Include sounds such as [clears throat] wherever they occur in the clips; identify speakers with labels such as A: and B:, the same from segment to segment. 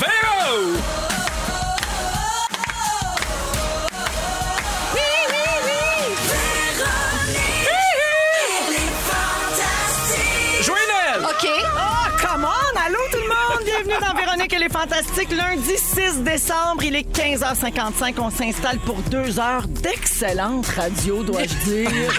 A: Véro! Joyeux Noël!
B: OK.
C: Ah, come on! Allô tout le monde! Bienvenue dans Véronique et les Fantastiques. Lundi 6 décembre, il est 15h55. On s'installe pour deux heures d'excellente radio, dois-je dire. [laughs]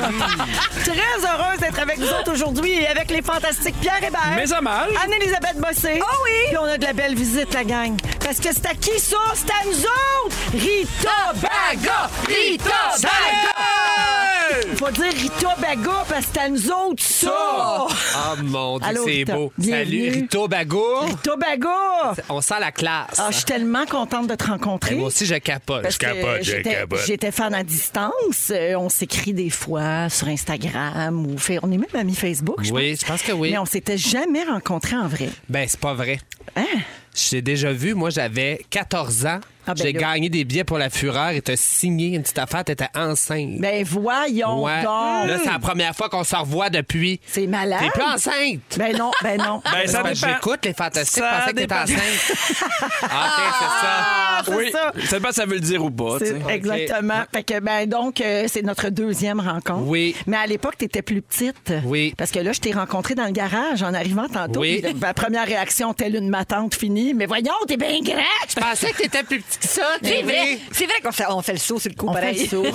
C: Très heureuse d'être avec vous autres aujourd'hui et avec les Fantastiques Pierre Hébert.
A: Mes hommages.
C: Anne-Elisabeth Bossé. Oh oui! Puis on a de la belle visite, la gang. Parce que c'est à qui ça? C'est à nous autres! Rita Baga! Rita Faut dire Rita Baga parce que c'est à nous autres,
A: Oh
C: ça!
A: mon dieu,
C: Allô,
A: c'est
C: Rita.
A: beau.
C: Bienvenue.
A: Salut, Rito Bago.
C: Rita Baga!
A: On sent la classe.
C: Ah, je suis tellement contente de te rencontrer.
A: Et Ben, moi aussi, je capote.
C: Parce que j'étais- J'étais fan à distance. Euh, on s'écrit des fois sur Instagram ou fait, on est même amis Facebook. je
A: Oui, je pense que oui.
C: Mais on s'était jamais rencontrés en vrai.
A: Ben, c'est pas vrai.
C: Hein?
A: Je t'ai déjà vu, moi j'avais 14 ans.
C: Ah, ben
A: J'ai
C: là.
A: gagné des billets pour la Fureur et t'as signé une petite affaire, t'étais enceinte.
C: Ben voyons
A: Ouais.
C: donc.
A: Là, c'est la première fois qu'on se revoit depuis.
C: C'est malade.
A: T'es plus enceinte!
C: Ben non, ben non.
A: [laughs] Ben,
D: ça
A: parce que
D: dépend.
A: J'écoute les fantastiques,
D: Ça
A: je pensais que t'étais
D: dépend. [laughs]
A: enceinte. ah, ok, c'est ça.
D: Oui,
C: ça.
D: ça dépend si ça veut le dire ou pas. tu
C: C'est-
D: sais.
C: Exactement. Fait que, ben, donc, euh, c'est notre deuxième rencontre.
A: Oui.
C: Mais à l'époque, tu étais plus petite.
A: Oui.
C: Parce que là, je t'ai rencontrée dans le garage en arrivant tantôt.
A: Oui.
C: Puis Ma première réaction, telle une matante finie. Mais voyons, t'es bien grande!
A: [laughs] Je pensais que t'étais plus petite que ça,
B: C'est
A: t'es
B: vrai, c'est vrai qu'on fait, on fait le saut sur le coup
C: On fait
B: pareil.
C: le saut.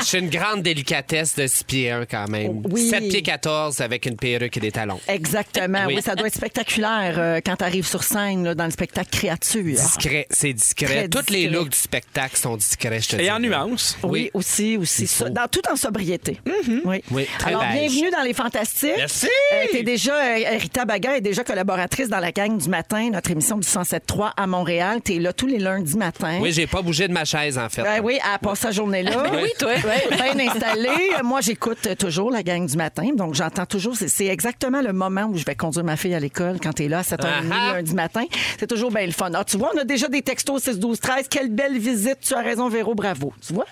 A: Je suis une grande délicatesse de 6 pieds 1 quand même.
C: Oui.
A: 7 pieds 14 avec une perruque et des talons.
C: Exactement. Oui.
A: Oui.
C: ça doit être spectaculaire euh, quand tu arrives sur scène là, dans le spectacle Créature.
A: Discret, c'est discret.
C: Ah. Très
A: Toutes les
C: discret.
A: looks du spectacle sont discrets, je te
D: Et en
A: dirais.
D: nuance.
C: Oui,
A: Oui. Mm-hmm.
C: aussi, aussi. Ça, dans, tout en sobriété. Oui.
A: Oui, très
C: Alors,
A: beige.
C: bienvenue dans Les Fantastiques.
A: Merci!
C: Euh, t'es déjà, euh, Rita Baga est déjà collaboratrice dans la gang du matin, notre émission du 107.3 à Montréal. T'es là tous les lundis matin.
A: Oui, j'ai pas bougé de ma chaise, en fait.
C: Ben oui, à part sa journée-là. Ben oui, toi. bien installé. Moi, j'écoute euh, toujours la gang du matin, donc j'entends toujours. c'est- C'est exactement le moment où je vais conduire ma fille à l'école quand t'es là à 7h30
A: Ah ah.
C: lundi matin. C'est toujours bien le fun. Ah, tu vois, on a déjà des textos 6, 12, 13. Quelle belle visite. Tu as raison, Véro. Bravo. Tu vois?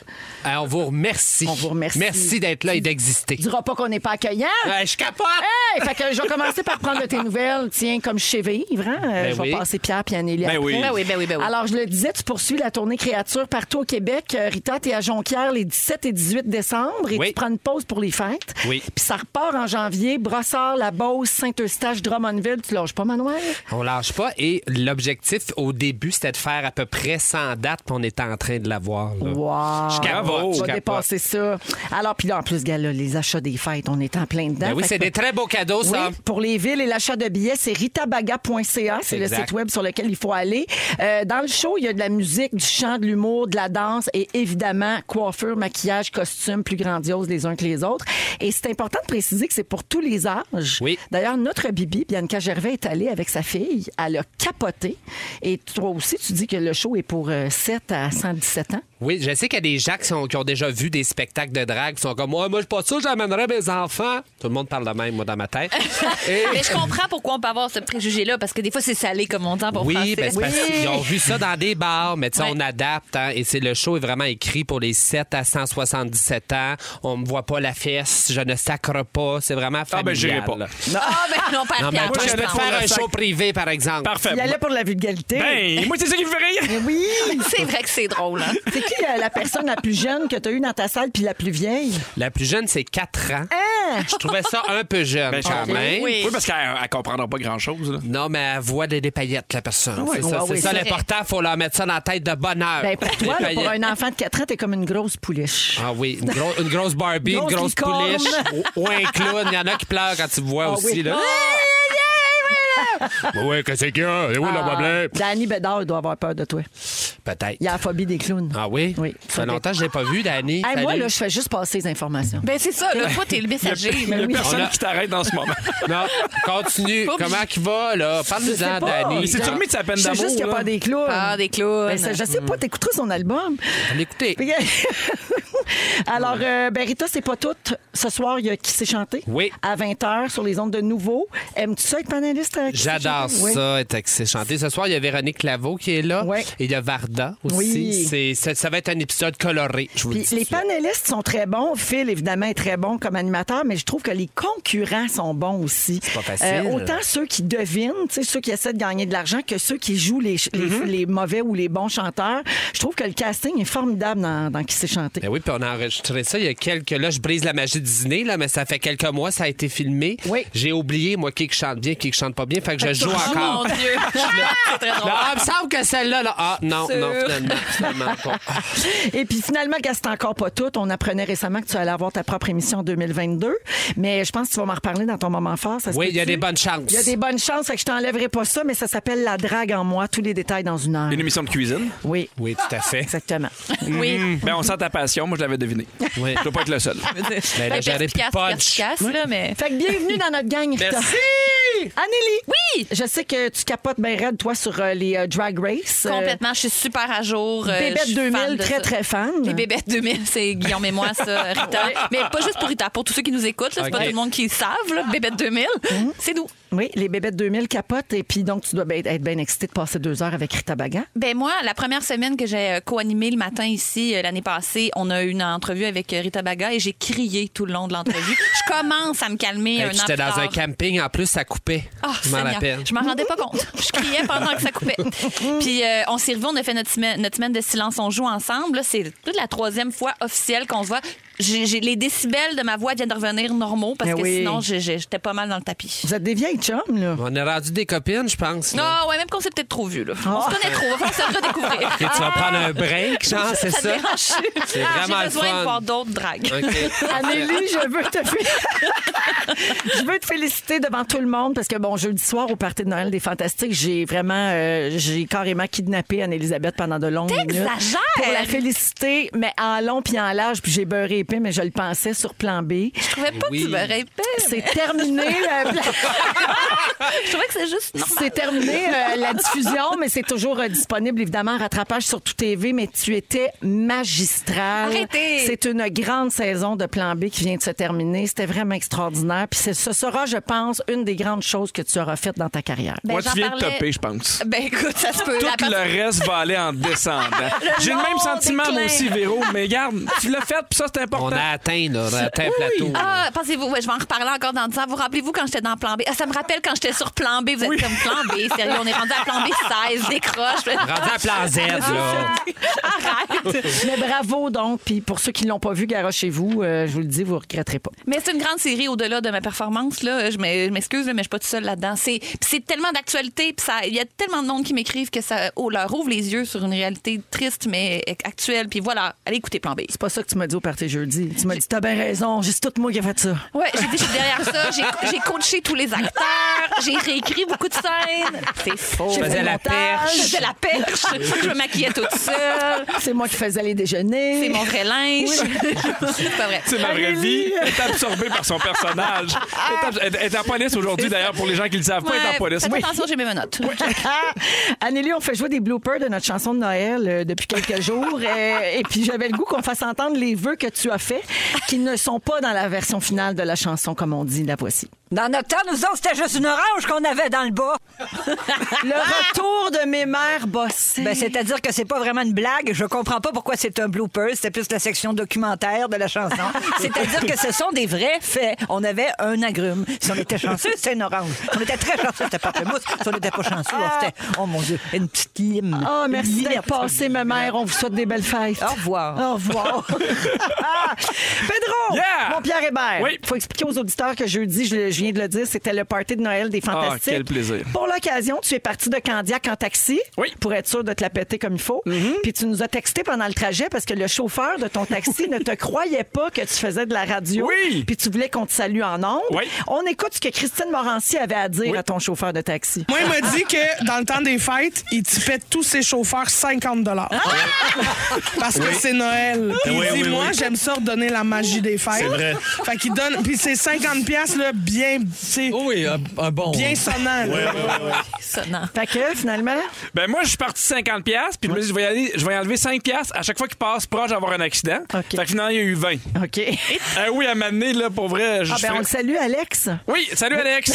A: Euh, on vous remercie.
C: On vous remercie.
A: Merci d'être là et d'exister.
C: Tu diras pas qu'on n'est pas accueillant.
A: Euh, je capote!
C: Hey, fait que je vais commencer par prendre de tes nouvelles. Tiens, comme je sais vivre, hein? euh,
A: Ben
C: je vais
A: oui.
C: passer Pierre puis Anneli
D: Ben
C: après.
D: oui. Ben
B: oui, ben oui, ben oui.
C: Alors, je le disais, tu poursuis la tournée Créature partout au Québec. Euh, Rita, t'es à Jonquière les 17 et 18 décembre et
A: Oui.
C: tu prends une pause pour les fêtes.
A: Oui.
C: Puis ça repart en janvier. Brossard, La Beauce, Saint-Eustache, Drummondville. Tu lâches pas, Manoir?
A: On lâche pas. Et l'objectif au début, c'était de faire à peu près 100 dates, puis on est en train de l'avoir. là.
C: Wow.
A: Je capote,
C: On
A: je
C: va
A: capote.
C: dépasser ça. Alors, puis là, en plus, gars, là, les achats des fêtes, on est en plein dedans.
A: Ben oui,
C: Fait
A: c'est
C: que-
A: des très beaux cadeaux, ça.
C: Oui, pour les villes et l'achat de billets, c'est ritabaga.ca. C'est le
A: Exact.
C: site web sur lequel il faut aller. Euh, dans le show, il y a de la musique, du chant, de l'humour, de la danse et évidemment coiffure, maquillage, costume plus grandiose les uns que les autres. Et c'est important de préciser que c'est pour tous les âges.
A: Oui.
C: D'ailleurs, notre Bibi, Bianca Gervais, est allée avec sa fille. Elle a capoté. Et toi aussi, tu dis que le show est pour euh, 7 à 117 ans.
A: Oui, je sais qu'il y a des gens qui, sont- qui ont déjà vu des spectacles de drague qui sont comme moi, moi je suis pas sûr, j'amènerais mes enfants. Tout le monde parle de même, moi, dans ma tête. Et-
B: Mais je comprends pourquoi on peut avoir ce préjugé-là, parce que des fois, c'est salé comme on tend pour
A: Oui,
B: français.
A: ben, c'est parce qu'ils ont vu ça dans des bars, mais tu sais,
B: Ouais.
A: on adapte. hein, et c'est le show est vraiment écrit pour les 7 à 177 ans. On me voit pas la fesse, je ne sacre pas. C'est vraiment
D: Ah, ben,
A: familial.
D: j'irai pas.
B: Ah, ben non, pas
A: Non, mais attends,
D: Moi,
B: Pierre.
A: je peux
D: j'allais
A: te
D: pour
A: faire
D: le
A: un
D: sac.
A: show privé, par exemple.
D: Parfait.
C: Il allait pour la vulgarité.
D: Ben, moi, c'est ça qui me fait rire.
C: Oui!
B: C'est vrai que c'est drôle. Hein?
C: C'est qui euh, la personne la plus jeune que tu as eue dans ta salle puis la plus vieille?
A: La plus jeune, c'est 4 ans.
C: Hein?
A: Je trouvais ça un peu jeune,
D: Ben, je
A: quand
D: comprends.
A: même.
B: Oui.
D: Oui, parce qu'elle elle comprendra pas grand-chose. là.
A: Non, mais elle voit des, des paillettes, la personne.
C: Ah Ouais,
A: c'est
C: ouais,
A: ça, c'est
C: ouais,
A: ça
C: c'est
A: l'important. faut leur mettre ça dans la tête de bonheur.
C: Ben, pour toi, là, pour
A: paillettes.
C: un enfant de 4 ans, t'es comme une grosse pouliche.
A: Ah oui, une, gro- une grosse Barbie,
C: Grosse
A: une grosse
C: licorne. Ah
A: pouliche ou, ou un clown. Il y en a qui pleurent quand tu
B: Ah
A: vois aussi.
C: oui.
A: Là. Ben ouais, qu'est-ce qu'il y a? Et où le problème?
C: Danny Bédard doit avoir peur de toi.
A: Ah. Peut-être.
C: Il a la phobie des clowns.
A: Ah oui?
C: Oui.
A: Ça fait longtemps que je l'ai pas vu, Dani.
C: Hey, moi,
A: Salut.
C: là, je fais juste passer les informations.
B: Ben, c'est ça, là. Toi, t'es le messager.
D: Il y a personne
A: On a-
D: qui t'arrête dans ce [laughs] moment.
A: Non, continue.
B: Pas
A: Comment qu'il va, là? Parle-nous-en,
C: pas.
D: Mais
A: Dani.
D: c'est-tu remis de sa peine
C: Je sais
D: d'amour?
C: juste qu'il n'y a
D: là?
C: pas des clowns.
B: Ah, des clowns.
C: Ben, ça, je sais pas, t'écouteras son album.
A: Écoutez,
C: Puis, [laughs] Alors, euh, ben, Rita, c'est pas tout. Ce soir, il y a qui s'est chanté.
A: Oui.
C: À 20h sur les ondes de nouveau. Aimes-tu ça être panéliste? euh, qui s'est
A: J'adore
C: chanté? Oui.
A: ça, être avec ses chantés. Ce soir, il y a Véronique Laveau qui est là.
C: Ouais.
A: Et il y a Varda aussi.
C: Oui.
A: C'est- ça, ça va être un épisode coloré, je vous le
C: Puis
A: dis.
C: les panélistes sont très bons. Phil, évidemment, est très bon comme animateur, mais je trouve que les concurrents sont bons aussi. Euh,
A: C'est pas facile.
C: autant ceux qui devinent, tu sais, ceux qui essaient de gagner de l'argent, que ceux qui jouent les, ch-
A: Mm-hmm.
C: les- les mauvais ou les bons chanteurs. Je trouve que le casting est formidable dans, dans qui s'est chanté.
A: Ben oui, puis on a enregistré ça il y a quelques... Là, je brise la magie du dîner, là, mais ça fait quelques mois, ça a été filmé.
C: Oui.
A: J'ai oublié, moi, qui que chante bien, qui que chante pas bien, fait que je joue
B: Oh
E: Ah,
B: mon
A: encore.
B: Dieu! C'est très drôle.
A: Là, ah, il me semble que celle-là, là... Ah, non,
B: Sûr.
A: non, finalement, finalement
B: [laughs]
A: pas. Ah,
C: Et puis finalement, gars, c'est encore pas tout. On apprenait récemment que tu allais avoir ta propre émission en 2022, mais je pense que tu vas m'en reparler dans ton moment fort. Ça se
A: Oui, il y a
C: peut-tu?
A: des bonnes chances.
C: Il y a des bonnes chances, fait que je t'enlèverai pas ça, mais ça s'appelle La drague en moi. Tous les détails dans une heure.
D: Une émission de cuisine.
C: Oui,
A: Oui, tout à
B: [laughs]
A: fait.
C: exactement.
B: Oui.
D: Ben, on sent ta passion. Moi, je l'avais deviné.
A: Oui.
D: Je dois pas être le seul.
A: Ben, là, j'aurais pu
B: Perspicace,
A: punch.
B: perspicace, là, mais...
C: Fait que bienvenue dans notre gang, Rita.
D: Merci!
C: [laughs] Anneli! Oui! Je sais que tu capotes bien raide, toi, sur euh, les euh, Drag Race. Euh,
B: Complètement, je suis super à jour. euh, je
C: Bébête
B: suis fan
C: 2000,
B: de
C: très,
B: ça.
C: très fan.
B: Les bébêtes 2000, c'est Guillaume et moi,
C: [laughs]
B: ça, Rita. Mais pas juste pour Rita, pour tous ceux qui nous écoutent, là, c'est pas
A: Ok.
B: tout le monde qui le savent, là, Bébête 2000,
C: Mhm.
B: c'est nous.
C: Oui, les bébêtes 2000 capotent. Et puis, donc, tu dois ben être bien excité de passer deux heures avec Rita Baga.
B: Ben moi, la première semaine que j'ai euh, co-animé le matin ici euh, l'année passée, on a eu une entrevue avec euh, Rita Baga et j'ai crié tout le long de [laughs] l'entrevue. je commence à me calmer
A: Hey,
B: un an
A: puis J'étais
B: plus
A: dans un
B: tard.
A: camping, en plus, ça coupait.
B: Ah,
A: je m'en
B: Seigneur,
A: rappelle.
B: Je m'en rendais pas compte. Je criais pendant que ça coupait. Puis euh, on s'est revus, on a fait notre semaine, notre semaine de silence, on joue ensemble. Là, C'est toute la troisième fois officielle qu'on se voit. J'ai j'ai- les décibels de ma voix viennent de revenir normaux parce
C: Ben
B: que
C: oui.
B: sinon, j'ai- j'ai- j'étais pas mal dans le tapis.
C: Vous êtes des vieilles chums, là.
A: On est rendu des copines, je pense.
B: Non,
A: là.
B: Ah, ouais, même qu'on s'est peut-être trop vus. Là. On se connaît trop, on va Ah, falloir
A: [laughs]
B: se redécouvrir.
A: Et tu vas prendre un break, genre, c'est
B: [laughs] Ça te
A: ça?
B: dérange? Ah,
A: C'est vraiment
B: J'ai
A: le
B: besoin
A: fun.
B: de voir d'autres dragues.
A: OK.
C: Amélie, je veux te féliciter. [laughs] je veux te féliciter devant tout le monde parce que bon, jeudi soir au party de Noël des Fantastiques, j'ai vraiment, euh, j'ai carrément kidnappé Anne-Elisabeth pendant de longues minutes.
B: T'exagères!
C: Pour la féliciter, mais en long puis en large, puis j'ai beurré épais, mais je le pensais sur plan B.
B: Je trouvais pas
A: Oui.
B: que tu me répètes.
C: C'est terminé.
B: [laughs]
C: euh,
B: Je trouvais que c'est juste normal.
C: C'est terminé euh, la diffusion, mais c'est toujours euh, disponible évidemment en rattrapage sur tout TV. Mais tu étais magistral.
B: Arrêtez!
C: C'est une grande saison de Plan B qui vient de se terminer. C'était vraiment extraordinaire. Puis c'est- ce sera, je pense, une des grandes choses que tu auras faites dans ta carrière.
B: Ben,
D: Moi, tu
B: j'en
D: viens de
B: parlais-
D: topper, je pense.
B: Ben écoute, ça se peut.
D: Tout
B: À partir-
D: le reste va aller en
B: [laughs]
D: descendant. J'ai le
B: long
D: même sentiment, moi
B: déclin.
D: aussi, Véro. Mais regarde, tu l'as fait, puis ça, c'est important.
A: On a atteint, là, on a atteint le plateau. là.
B: Ah, pensez-vous, ouais, je vais en reparler encore dans 10 ans. Vous rappelez-vous quand j'étais dans plan B? Ah, ça me rappelle quand j'étais sur plan B. Vous êtes comme plan B, sérieux, on est rendu à plan B 16, décroche.
A: Rendu à plan Z,
C: Ah,
A: là.
B: Arrête!
C: Mais bravo donc. Puis pour ceux qui ne l'ont pas vu, Gara chez vous, euh, je vous le dis, vous ne regretterez pas.
B: Mais c'est une grande série au-delà de ma performance. Là. Je m'e- je m'excuse, là, mais je suis pas toute seule là-dedans. C'est puis c'est tellement d'actualité, puis ça- il y a tellement de monde qui m'écrivent que ça oh, leur ouvre les yeux sur une réalité triste, mais actuelle. Puis voilà, allez écouter Plan B.
C: C'est pas ça que tu m'as dit au party jeudi. Tu m'as dit, t'as bien raison, j'ai tout moi qui ai fait ça.
B: Ouais, j'ai dit, je suis derrière ça. J'ai- J'ai coaché tous les acteurs. J'ai réécrit beaucoup de scènes. C'est faux.
A: Je faisais la
B: Je
A: perche.
B: faisais la perche. Je me maquillais toute seule.
C: C'est moi qui faisais les déjeuners.
B: C'est mon vrai linge. [laughs] C'est pas vrai.
D: C'est ma vraie vie. Elle est absorbée par son personnage. Elle est abs- Elle est en police aujourd'hui, d'ailleurs, pour les gens qui le savent pas, elle est en
B: Ouais,
D: police.
B: faites
D: Oui.
B: attention, j'ai mes menottes.
C: Ah! [laughs] Anneli, on fait jouer des bloopers de notre chanson de Noël euh, depuis quelques jours. euh, et puis, j'avais le goût qu'on fasse entendre les vœux que tu as faits qui ne sont pas dans la version finale de la chanson, comme on dit. La voici.
E: Dans notre temps, nous autres, c'était juste une orange qu'on avait dans le bas.
C: Le retour de mes mères bossées.
E: Ah! Ben, c'est-à-dire que c'est pas vraiment une blague. Je comprends pas pourquoi c'est un blooper. C'était plus la section documentaire de la
C: [laughs]
E: chanson. c'est-à-dire que ce sont des vrais faits. On avait un agrume. Si on était chanceux, c'était une orange. Si on était très chanceux, c'était pamplemousse. Si on n'était pas chanceux, c'était, oh mon Dieu, une petite lime.
C: Ah, merci
E: Une
C: d'être
E: liberté.
C: passé, ma mère. On vous souhaite des belles fêtes.
E: Au revoir.
C: Au revoir.
E: [laughs]
C: [laughs] Ah, Pedro,
D: Yeah!
C: mon Pierre Hébert.
D: Oui.
C: faut expliquer aux auditeurs que jeudi, je, le- je viens de le dire, c'était le party de Noël des Fantastiques.
D: Ah, quel plaisir.
C: Pour l'occasion, tu es parti de Candiac en taxi
D: Oui. Mm-hmm.
C: pour être sûr de te la péter comme il faut. Puis tu nous as texté pendant le trajet parce que le chauffeur de ton taxi ne te croyait pas que tu faisais de la radio.
D: Oui.
C: Puis tu voulais qu'on te salue en ondes.
D: Oui.
C: On écoute ce que Christine Morancy avait à dire
D: Oui.
C: à ton chauffeur de taxi.
F: Moi, il m'a dit que dans le temps des fêtes, il tipait tous ses chauffeurs 50 dollars. Parce que c'est Noël. Puis il
D: Ah! oui,
F: dit,
D: oui,
F: moi,
D: oui.
F: j'aime ça redonner la magie des fêtes. C'est vrai. Fait qu'il
D: Oh.
F: donne, puis c'est 50 piastres, là, bien, c'est
G: Oui, un, un bon.
F: bien sonnant. là.
B: Dissonant.
C: Fait que finalement,
D: Ben moi, je suis parti 50$, puis je me suis dit, je vais, y aller- je vais y enlever 5$ à chaque fois qu'il passe proche d'avoir un accident.
C: OK.
D: Fait que finalement, il y a eu 20.
C: OK.
D: Ah oui, à m'amener, là, pour vrai. je
C: Ah ben
D: ferais-
C: on le salue, Alex.
D: Oui,
C: [laughs]
D: salut Alex.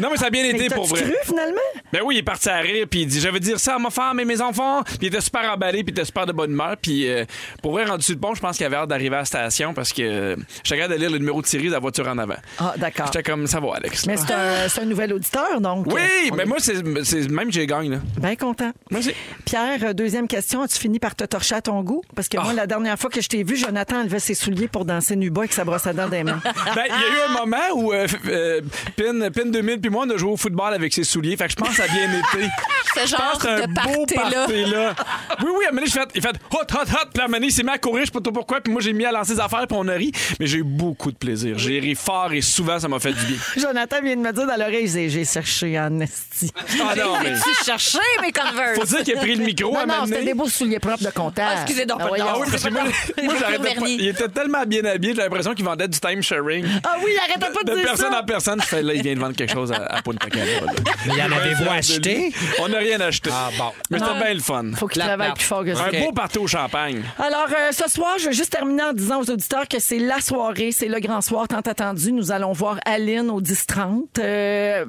D: non, mais ça a bien
C: Mais
D: aidé
C: t'as-tu
D: pour vrai.
C: cru finalement?
D: Ben oui, il est parti à rire, puis il dit J'avais dire ça à ma femme et mes enfants. Puis il était super emballé, puis il était super de bonne humeur. Puis euh, pour vrai, rendu sur le pont, je pense qu'il avait hâte d'arriver à la station parce que euh, j'étais capable de lire le numéro de série de la voiture en avant.
C: Ah, d'accord.
D: J'étais comme Ça va, Alex.
C: Mais c'est un, c'est un nouvel auditeur, donc.
D: oui,
C: euh, on
D: mais moi, c'est c'est même que j'ai gagné, là.
C: est Bien content.
D: Merci.
C: Pierre, euh, deuxième question. As-tu fini par te torcher à ton goût? Parce que moi, la dernière fois que je t'ai vu, Jonathan enlevait ses souliers pour danser nu bas avec sa brosse à dents des mains.
D: Ben, il y a eu un moment où euh, f- euh, Pin, Pin 2000 puis moi, on a joué au football avec ses souliers. Fait que je pense que ça a bien été.
B: Ce
D: Je
B: genre
D: pense que c'est un
B: de
D: beau
B: party-là.
D: party-là. Oui, oui, à un moment donné, j'ai fait- il fait hot, hot, hot. Puis à un moment donné, il s'est mis à courir, je sais pas trop pourquoi. Puis moi, j'ai mis à lancer des affaires, puis on a ri. Mais j'ai eu beaucoup de plaisir. J'ai ri fort et souvent, ça m'a fait du bien.
C: [laughs] Jonathan vient de me dire dans l'oreille, j'ai- j'ai cherché en esti.
D: Ah non,
B: [laughs]
D: mais.
B: Tu cherchais mes Converse.
D: Faut dire qu'il a pris le micro
C: Non,
D: à un moment
C: non, c'était
D: donné.
C: des beaux souliers propres de contact.
B: Ah, excusez donc,
C: Ah,
B: pardon.
C: voyons.
D: Ah oui, parce que
C: [laughs]
D: moi, moi, j'arrêtais pas. Il était tellement bien habillé, j'ai l'impression qu'il vendait du time sharing.
C: Ah oui, arrêtez pas de,
D: De
C: dire
D: personne
C: ça.
D: en personne, je fais là, il vient de vendre quelque chose à, à Punta Cana. là.
A: Mais il y en avez-vous acheté?
D: On n'a rien acheté.
A: Ah, bon.
D: Mais c'était bien le fun.
C: Faut qu'il
A: La-
C: travaille
A: la-
C: plus fort que ça.
D: Un beau party au champagne.
C: Alors, euh, ce soir, je veux juste terminer en disant aux auditeurs que c'est la soirée, c'est le grand soir tant attendu. Nous allons voir Aline au 10-30. Euh,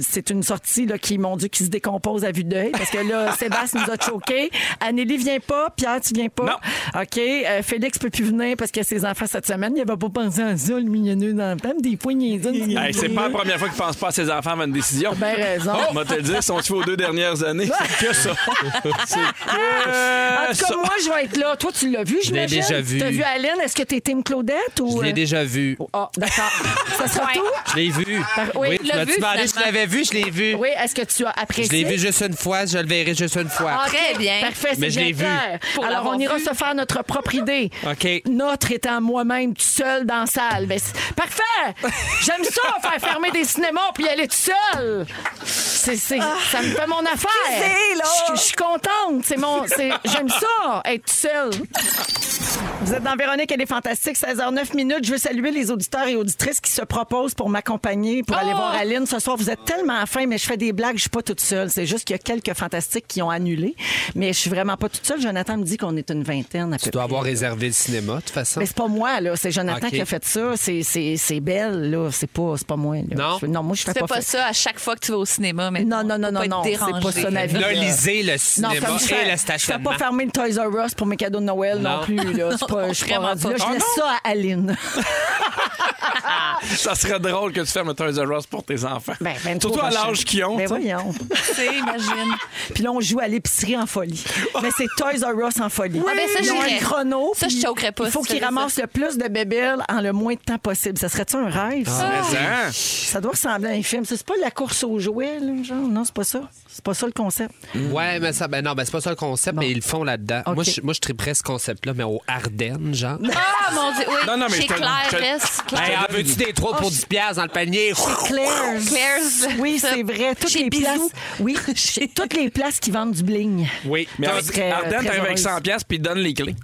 C: c'est une sortie là, qui, mon Dieu, qui se décompose à vue d'œil parce que là, Sébastien nous a choqués. Anneli vient pas. Pierre, tu viens pas.
D: Non.
C: OK. Euh, Félix peut plus venir parce que ses enfants cette semaine, il avait pas pensé à ça, le mignonneux dans le temps. Des fois, il est une-
D: Hey, c'est pas la première fois qu'il pense pas à ses enfants avant une décision.
C: Ben raison.
D: Oh, m'a te le dire, si on se fait aux deux dernières années, c'est que ça.
C: [laughs]
D: C'est
C: En
D: que
C: tout cas,
D: ça.
C: moi, je vais être là. Toi, tu l'as vu, je l'ai
A: déjà vu.
C: T'as vu Aline? Est-ce que t'es Team Claudette ou.
A: Je l'ai
C: euh,
A: déjà vu.
C: Ah, d'accord. Ça sera tout?
A: Je l'ai vu.
C: Ah, oui,
A: oui,
C: tu
A: tu
B: l'as
A: m'as
B: vu,
A: demandé si je
B: finalement.
A: l'avais vu, je l'ai vu.
C: Oui, est-ce que tu as
A: Je
C: apprécié?
A: l'ai vu juste une fois, je le verrai juste une fois.
C: Ah,
B: Très
C: ok,
B: bien.
C: Parfait, c'est
A: Mais je
C: bien
A: l'ai vu.
C: clair.
B: Pour
C: Alors,
B: l'avoir
C: on ira
B: vu.
C: se faire notre propre idée.
A: OK.
C: Notre étant moi-même tout seul dans la salle. Ben, c'est- parfait! J'aime ça,
A: [laughs]
C: faire fermer des cinémas puis aller tout seul. C'est, c'est-
B: Ah.
C: ça me fait mon affaire.
E: c'est, là?
C: Je- Je suis contente. C'est mon, c'est- j'aime ça, être tout seul. Vous êtes dans Véronique, elle est fantastique, 16h09 minutes. Je veux saluer les auditeurs et auditrices qui se proposent pour m'accompagner, pour
B: Oh!
C: aller voir Aline. Ce soir, vous êtes tellement fin, mais je fais des blagues, je suis pas toute seule. C'est juste qu'il y a quelques fantastiques qui ont annulé, mais je suis vraiment pas toute seule. Jonathan me dit qu'on est une vingtaine à peu
A: Tu dois
C: près.
A: avoir réservé le cinéma, de toute façon.
C: Mais c'est pas moi, là. C'est Jonathan
A: Ok.
C: qui a fait ça. C'est, c'est, c'est belle, là. C'est pas, c'est pas moi, là.
A: Non?
C: Je- moi, je fais
B: Tu fais
C: pas,
B: pas
C: ça.
B: ça à chaque fois que tu vas au cinéma, mais
C: Non, non, non, non, non, c'est pas ça, ma vie.
A: Là, lisez le
C: Non,
A: cinéma
C: comme je
A: et
C: fais,
A: le
C: je fais
A: stationnement.
C: pas fermer le Toys R Us pour mes cadeaux de Noël non,
A: Non.
C: plus. Là. C'est pas, je suis pas
B: Vraiment
C: rendue
B: pas.
C: là. Je
B: Ah
C: laisse ça à Aline. [laughs]
D: Ça serait drôle que tu fermes un Toys R Us pour tes enfants.
C: Ben, 23
D: Surtout à
C: prochaine.
D: l'âge qu'ils ont.
C: Ben
D: tu sais.
C: voyons.
B: C'est, imagine.
C: Puis là, on joue à l'épicerie en
D: [laughs]
C: folie. Mais c'est Toys R Us en folie.
B: Ah, ben ça,
C: Ils ont
B: j'irais.
C: un chrono.
B: Ça,
C: puis
B: je choquerais pas
C: Il faut
B: si tu
C: qu'ils
B: faisais
C: ramassent le plus de bébelles en le moins de temps possible. Ça serait-tu un rêve? ça?
D: Mais, hein?
C: Ça doit ressembler à un film. Ça, C'est pas la course aux jouets, là, genre. Non, c'est pas ça. C'est pas ça le concept.
A: Ouais, mais ça, ben non, ben c'est pas ça le concept, mais ils le font là-dedans.
C: OK.
A: Moi, je, moi, je triperais ce concept-là, mais aux Ardennes, genre.
B: Ah, mon Dieu, oui.
D: Non, non, mais
B: Chez
D: je te-
B: Claire,
D: je te-
B: reste.
A: Hey,
B: Claire.
A: en veux-tu des trois
C: Oh,
A: pour 10 piastres dans le panier?
C: Claire's.
B: Claire's.
C: Oui,
B: Ça-
C: c'est vrai. Toutes
B: Chez
C: les
B: Bisous.
C: places.
B: [laughs]
C: Oui, chez toutes les places qui vendent du bling.
A: Oui.
D: Mais
C: Ça serait, euh,
D: Arden,
C: très
D: t'arrives avec
C: heureuse.
D: 100$ piastres, puis il donne les clés.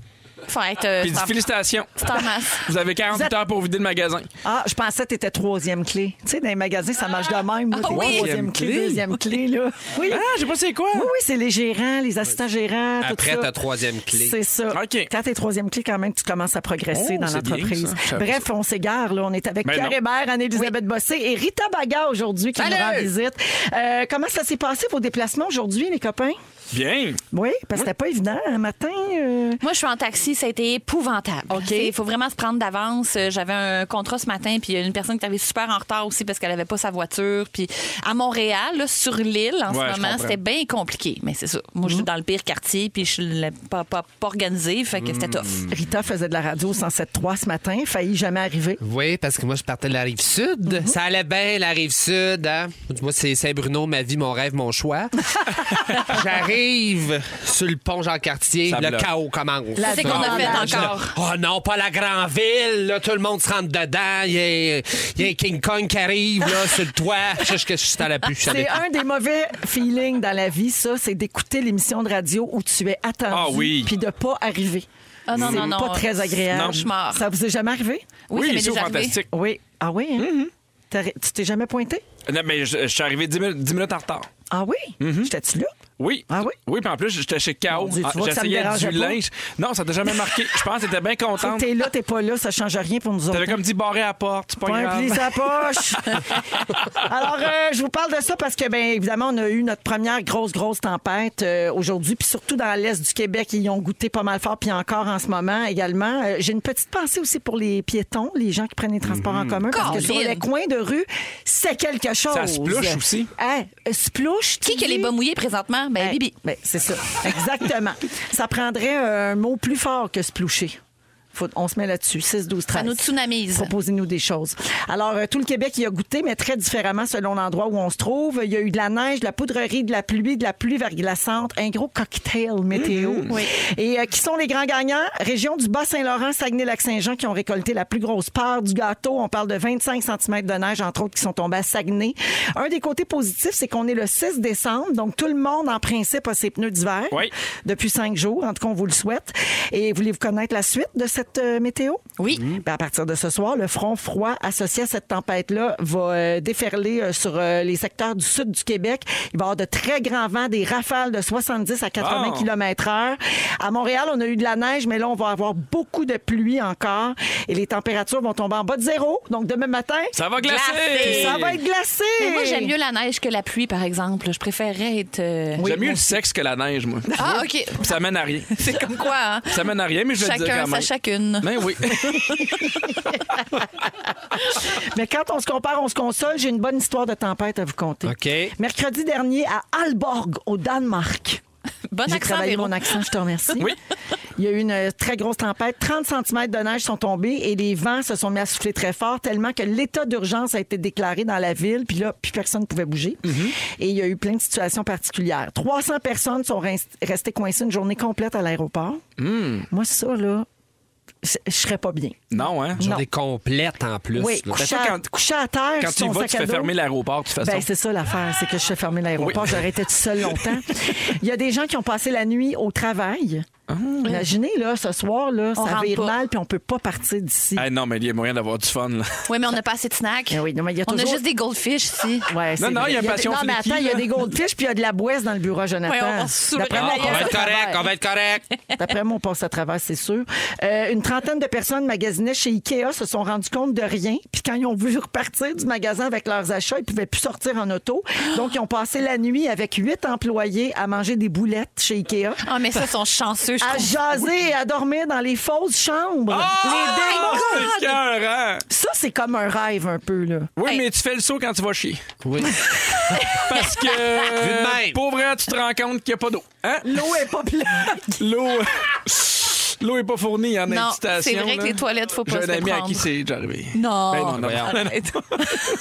B: Faut être, euh,
D: Puis il dit
B: sans-
D: Félicitations.
B: C'est en masse.
D: Vous avez 48 heures pour vider le magasin.
C: Ah, je pensais que t'étais troisième clé. Tu sais, dans les magasins, ça marche de même. là.
B: Ah
C: T'es
B: oui.
C: Troisième clé,
D: Troisième
C: deuxième clé, là. Oui.
D: Ah, je sais pas c'est quoi.
C: Oui, oui, c'est les gérants, les assistants gérants, tout
A: Après,
C: ça.
A: ta troisième clé.
C: C'est ça.
D: OK.
C: Quand t'es troisième clé, quand même, tu commences à progresser
D: Oh,
C: dans
D: c'est bien,
C: l'entreprise.
D: ça. Je savais
C: Bref, on s'égare. là. On est avec
D: Ben
C: Pierre
D: non.
C: Hébert, Anne-Élisabeth Bossé et Rita Baga aujourd'hui qui nous rend visite. Euh, comment ça s'est passé vos déplacements aujourd'hui, les copains?
D: Bien.
C: Oui, parce que c'était pas évident un matin. euh,
B: Moi, je suis en taxi, ça a été épouvantable.
C: OK.
B: Il faut vraiment se prendre d'avance. Euh, J'avais un contrat ce matin, puis il y a une personne qui arrivait super en retard aussi parce qu'elle avait pas sa voiture. Puis à Montréal, là, sur l'île, en
D: Ouais, je
B: ce moment,
D: comprends.
B: c'était bien compliqué. Mais c'est ça. Moi, je suis dans le pire quartier, puis je suis la- pas, pas, pas organisée, fait que c'était tough.
C: Rita faisait de la radio au 107.3 ce matin, failli jamais arriver.
A: Oui, parce que moi, je partais de la rive sud. Ça allait bien, la rive sud. Hein? Moi, c'est Saint-Bruno, ma vie, mon rêve, mon choix. J'arrive sur le pont Jean-Cartier,
D: Ça
A: le
D: bloque.
A: chaos commence.
C: La
B: C'est qu'on a fait
C: débandade,
B: encore.
A: Oh non, pas la grande ville. Là, tout le monde se rentre dedans. Il y, a- il y a un King Kong qui arrive là, sur le toit. Je sais que je suis à la puce. je suis à la
C: C'est un des mauvais feelings dans la vie, ça, c'est d'écouter l'émission de radio où tu es attendu
D: Ah oui.
C: puis de pas arriver.
B: Ah non,
C: c'est
B: non, non.
C: pas très agréable.
B: Non, je suis mort.
C: Ça vous est jamais arrivé?
B: ça m'est
D: Oui, c'est
B: déjà arrivé.
D: fantastique. Mm-hmm.
C: Oui. Ah oui? hein? T'as- Tu t'es jamais pointé?
D: Non, mais je, je suis arrivé 10 minutes, 10 minutes en retard.
C: Ah oui?
D: Mm-hmm.
C: J'étais-tu là?
D: Oui.
C: Ah oui?
D: Oui, puis en plus, j'étais chez
C: Mon
D: K.O.
C: Dieu, tu vois que ça me
D: J'essayais
C: dérangeait
D: du
C: pas.
D: linge. Non, ça t'a jamais marqué. Je pense que t'étais bien
C: Tant
D: contente.
C: que t'es là, t'es pas là, ça change rien pour nous autres.
D: T'avais comme dit barrer à la porte. C'est pas
C: Point
D: grave.
C: pli sa poche. [laughs] Alors, euh, je vous parle de ça parce que, bien évidemment, on a eu notre première grosse, grosse tempête euh, aujourd'hui, puis surtout dans l'est du Québec, ils y ont goûté pas mal fort, puis encore en ce moment également. Euh, J'ai une petite pensée aussi pour les piétons, les gens qui prennent les transports en commun, parce que sur
B: Colin.
C: les coins de rue, c'est quelque chose.
D: Mhm. Ça se plouche aussi.
C: Hein? Euh, se plouche,
B: Qui
C: tu
B: qui a les
C: dis?
B: bas mouillés présentement? Ben,
C: Hey,
B: Bibi.
C: ben, c'est ça. Exactement. ça prendrait un mot plus fort que sploucher. Faut, on se met là-dessus. 6, 12, 13.
B: Ça nous tsunamise.
C: Proposez-nous des choses. Alors, euh, tout le Québec y a goûté, mais très différemment selon l'endroit où on se trouve. Il y a eu de la neige, de la poudrerie, de la pluie, de la pluie verglaçante, un gros cocktail météo. Et euh, qui sont les grands gagnants? Région du Bas-Saint-Laurent, Saguenay-Lac-Saint-Jean qui ont récolté la plus grosse part du gâteau. On parle de 25 cm de neige, entre autres, qui sont tombés à Saguenay. Un des côtés positifs, c'est qu'on est le 6 décembre, donc tout le monde, en principe, a ses pneus d'hiver
D: Oui.
C: depuis cinq jours. En tout cas, on vous le souhaite. Et voulez-vous connaître la suite de cette euh, météo?
B: Oui.
C: Ben, à partir de ce soir, le front froid associé à cette tempête-là va euh, déferler euh, sur euh, les secteurs du sud du Québec. Il va y avoir de très grands vents, des rafales de 70 à 80
D: Bon.
C: km heure. À Montréal, on a eu de la neige, mais là, on va avoir beaucoup de pluie encore. Et les températures vont tomber en bas de zéro. Donc, demain matin,
D: Ça va glacer.
B: Glacé.
C: ça va être glacé.
B: Mais moi, j'aime mieux la neige que la pluie, par exemple. Je préférerais être. euh,
D: J'aime mieux le sexe que la neige, moi.
B: Ah, OK.
D: Ça mène
C: [laughs]
D: à rien.
B: C'est comme quoi, hein?
D: Ça mène à rien, mais je vais le dire
B: Chacun
D: quand
B: sa
D: même.
B: chacune.
D: Ben oui. [laughs]
C: Mais quand on se compare, on se console. J'ai une bonne histoire de tempête à vous conter.
A: OK.
C: Mercredi dernier, à Alborg, au Danemark.
B: Bon
C: J'ai
B: accent,
C: travaillé
B: Véro.
C: mon accent, je te remercie.
D: Oui.
C: Il y a eu une euh, très grosse tempête. 30 cm de neige sont tombés et les vents se sont mis à souffler très fort, tellement que l'état d'urgence a été déclaré dans la ville. Puis là, plus personne ne pouvait bouger.
D: Mm-hmm.
C: Et il y a eu plein de situations particulières. 300 personnes sont rest- restées coincées une journée complète à l'aéroport.
D: Mm.
C: Moi, ça, là, je je serais pas bien.
D: Non, hein?
A: J'en
C: Non.
A: ai complète en plus.
C: Oui,
A: là.
C: couché
D: toi,
C: à,
D: quand-
C: couché à terre,
D: Quand tu y
C: son
D: vas,
C: sac
D: tu
C: à
D: fais
C: dos.
D: fermer l'aéroport, de toute façon.
C: Ben, c'est ça l'affaire, c'est que je fais fermer l'aéroport. J'aurais été toute seule longtemps.
D: [laughs]
C: Il y a des gens qui ont passé la nuit au travail.
D: Ah.
C: Imaginez, là, ce soir, là,
B: On
C: ça
B: rentre
C: vire
B: pas.
C: mal, puis on peut pas partir d'ici.
D: Ah non, mais il y a moyen d'avoir du fun, là.
B: Oui, mais on n'a pas assez de snacks.
C: Eh oui, non, mais il y a
B: on a
C: toujours-
B: juste des goldfish ici.
C: Ouais, c'est
D: non,
C: vrai.
D: il y a un
C: des-
D: passion
C: Non, mais
D: flicky,
C: attends, il y a
D: là.
C: des goldfish, puis il y a de la boisse dans le bureau à Jonathan.
B: Ouais, on va se
C: D'après
B: soulever.
C: moi,
B: Ah,
C: on
A: On va
C: passe
A: être
C: à
A: correct,
C: travers.
A: on va être correct.
C: D'après moi, on passe à travers, c'est sûr. Euh, une trentaine de personnes magasinaient chez Ikea se sont rendues compte de rien. Puis quand ils ont voulu repartir du magasin avec leurs achats, ils pouvaient plus sortir en auto. Donc, ils ont passé la nuit avec huit employés à manger des boulettes chez Ikea.
B: Ah, mais ça, ils sont chanceux, je
C: À
B: trouve.
C: jaser et à dormir dans les fausses chambres.
B: Oh,
D: Ah, c'est écœurant.
C: Ça, c'est comme un rêve un peu, là.
D: hein? Oui,
B: Hey.
D: mais tu fais le saut quand tu vas chier.
A: Oui.
D: Parce que.
A: de même.
D: Euh, Pour vrai, tu te rends compte qu'il n'y a pas d'eau. Hein?
C: L'eau est pas pleine.
D: [laughs] L'eau. L'eau est pas fournie en
B: Non,
D: incitation.
B: c'est vrai que
D: là.
B: les toilettes, faut pas
D: J'ai
B: se
D: un
B: les
D: ami à
B: prendre.
D: qui c'est déjà arrivé.
B: Non.
D: Ben non, non,
A: Voyons.
D: non.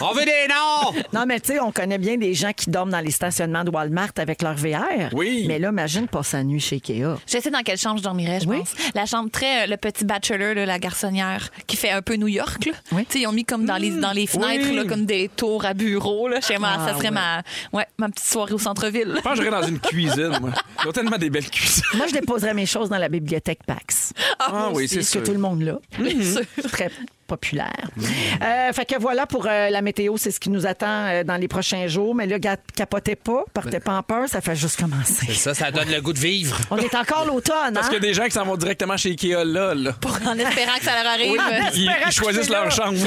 A: On veut des noms!
C: Non, mais tu sais, on connaît bien des gens qui dorment dans les stationnements de Walmart avec leur VR.
D: Oui.
C: Mais là, imagine passer la nuit chez Ikea.
B: [laughs] Je sais dans quelle chambre je dormirais, je
C: Oui.
B: pense. La chambre très, euh, le petit bachelor, là, la garçonnière, qui fait un peu New York. Là.
C: Oui.
B: Tu sais, Ils ont mis comme dans les, dans les fenêtres,
D: Mm. Oui.
B: là, comme des tours à bureau. Là, chez moi,
C: Ah,
B: ça serait
C: ouais.
B: ma, ouais, ma petite soirée au centre-ville. [laughs]
D: Je pense que j'irais dans une cuisine, moi. Ils ont tellement des belles cuisines.
C: Moi, je déposerais mes choses dans la bibliothèque PAX.
D: Ah oui, c'est
C: ce
D: sûr. Mhm.
C: que tout le monde l'a. [laughs] C'est Très populaire. Euh, fait que voilà pour euh, la météo, c'est ce qui nous attend euh, dans les prochains jours. Mais là, ga- capotez pas,
D: Ben.
C: partez pas en peur, ça fait juste
A: C'est
D: [laughs]
C: commencer.
A: ça, ça donne le goût de vivre.
C: On est encore l'automne,
D: Parce
C: hein?
D: qu'il y a des gens qui s'en vont directement chez Ikea, là. là.
B: En espérant que ça leur arrive.
D: Ils,
C: espérant
D: ils
C: que
D: choisissent
C: c'est là.
D: leur chambre.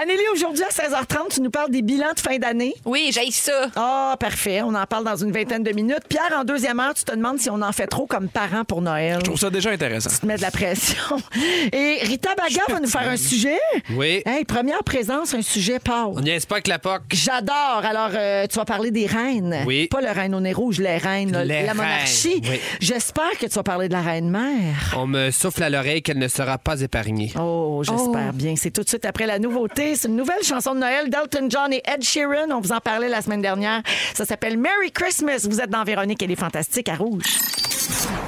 C: Anneli, aujourd'hui à 16h30, tu nous parles des bilans de fin d'année.
B: Oui, j'ai ça.
C: Ah, parfait. On en parle dans une vingtaine de minutes. Pierre, en deuxième heure, tu te demandes si on en fait trop comme parents pour Noël.
D: Je trouve ça déjà intéressant.
C: Tu te mets de la pression. [laughs] Et Rita Baga va nous faire un sujet.
A: Oui.
C: Hey, première présence, un sujet pauvre.
A: On niaise pas avec la POC.
C: J'adore. Alors, euh, tu vas parler des reines.
A: Oui.
C: Pas le reine au nez rouge, les reines, là,
A: Les
C: la monarchie.
A: reines, oui.
C: J'espère que tu vas parler de la reine mère.
A: On me souffle à l'oreille qu'elle ne sera pas épargnée.
C: Oh, j'espère bien. C'est tout de suite après la nouveauté. C'est une nouvelle chanson de Noël d'Elton John et Ed Sheeran. On vous en parlait la semaine dernière. Ça s'appelle Merry Christmas. Vous êtes dans Véronique et les Fantastiques à Rouge.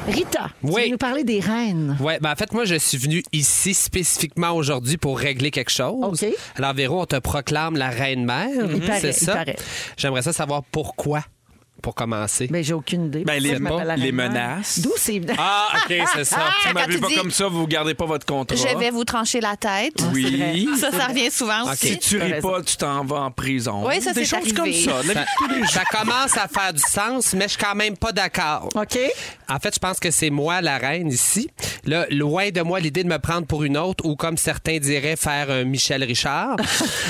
C: Rita, tu
A: Oui.
C: veux nous parler des reines.
A: Ouais, ben en fait, moi, je suis venu ici spécifiquement aujourd'hui pour régler quelque chose.
C: OK.
A: Alors, Véro, on te proclame la reine-mère.
C: paraît,
A: C'est
C: il
A: ça.
C: paraît.
A: J'aimerais ça savoir pourquoi. pour commencer?
C: Ben, j'ai aucune idée.
D: Ben, les,
C: Ça s'appelle la
D: les
C: reine-mère.
D: menaces.
C: D'où c'est venu?
A: Ah, OK, c'est ça.
D: Vous
B: Quand
D: m'appelez
B: tu
D: pas
B: dis-
D: comme ça, vous gardez pas votre contrat.
B: Je vais vous trancher la tête.
D: Oui.
B: Ça, ça revient souvent
A: Ok.
B: aussi.
D: Si tu ris pas, tu t'en vas en prison.
B: Oui, ça,
D: Des
B: c'est
D: choses
B: arrivé.
D: comme ça. La
A: Ça,
D: vie de tous les jours.
A: [laughs] ça commence à faire du sens, mais je suis quand même pas d'accord.
C: OK.
A: En fait, je pense que c'est moi la reine ici. Là, loin de moi l'idée de me prendre pour une autre ou comme certains diraient faire un Michel Richard.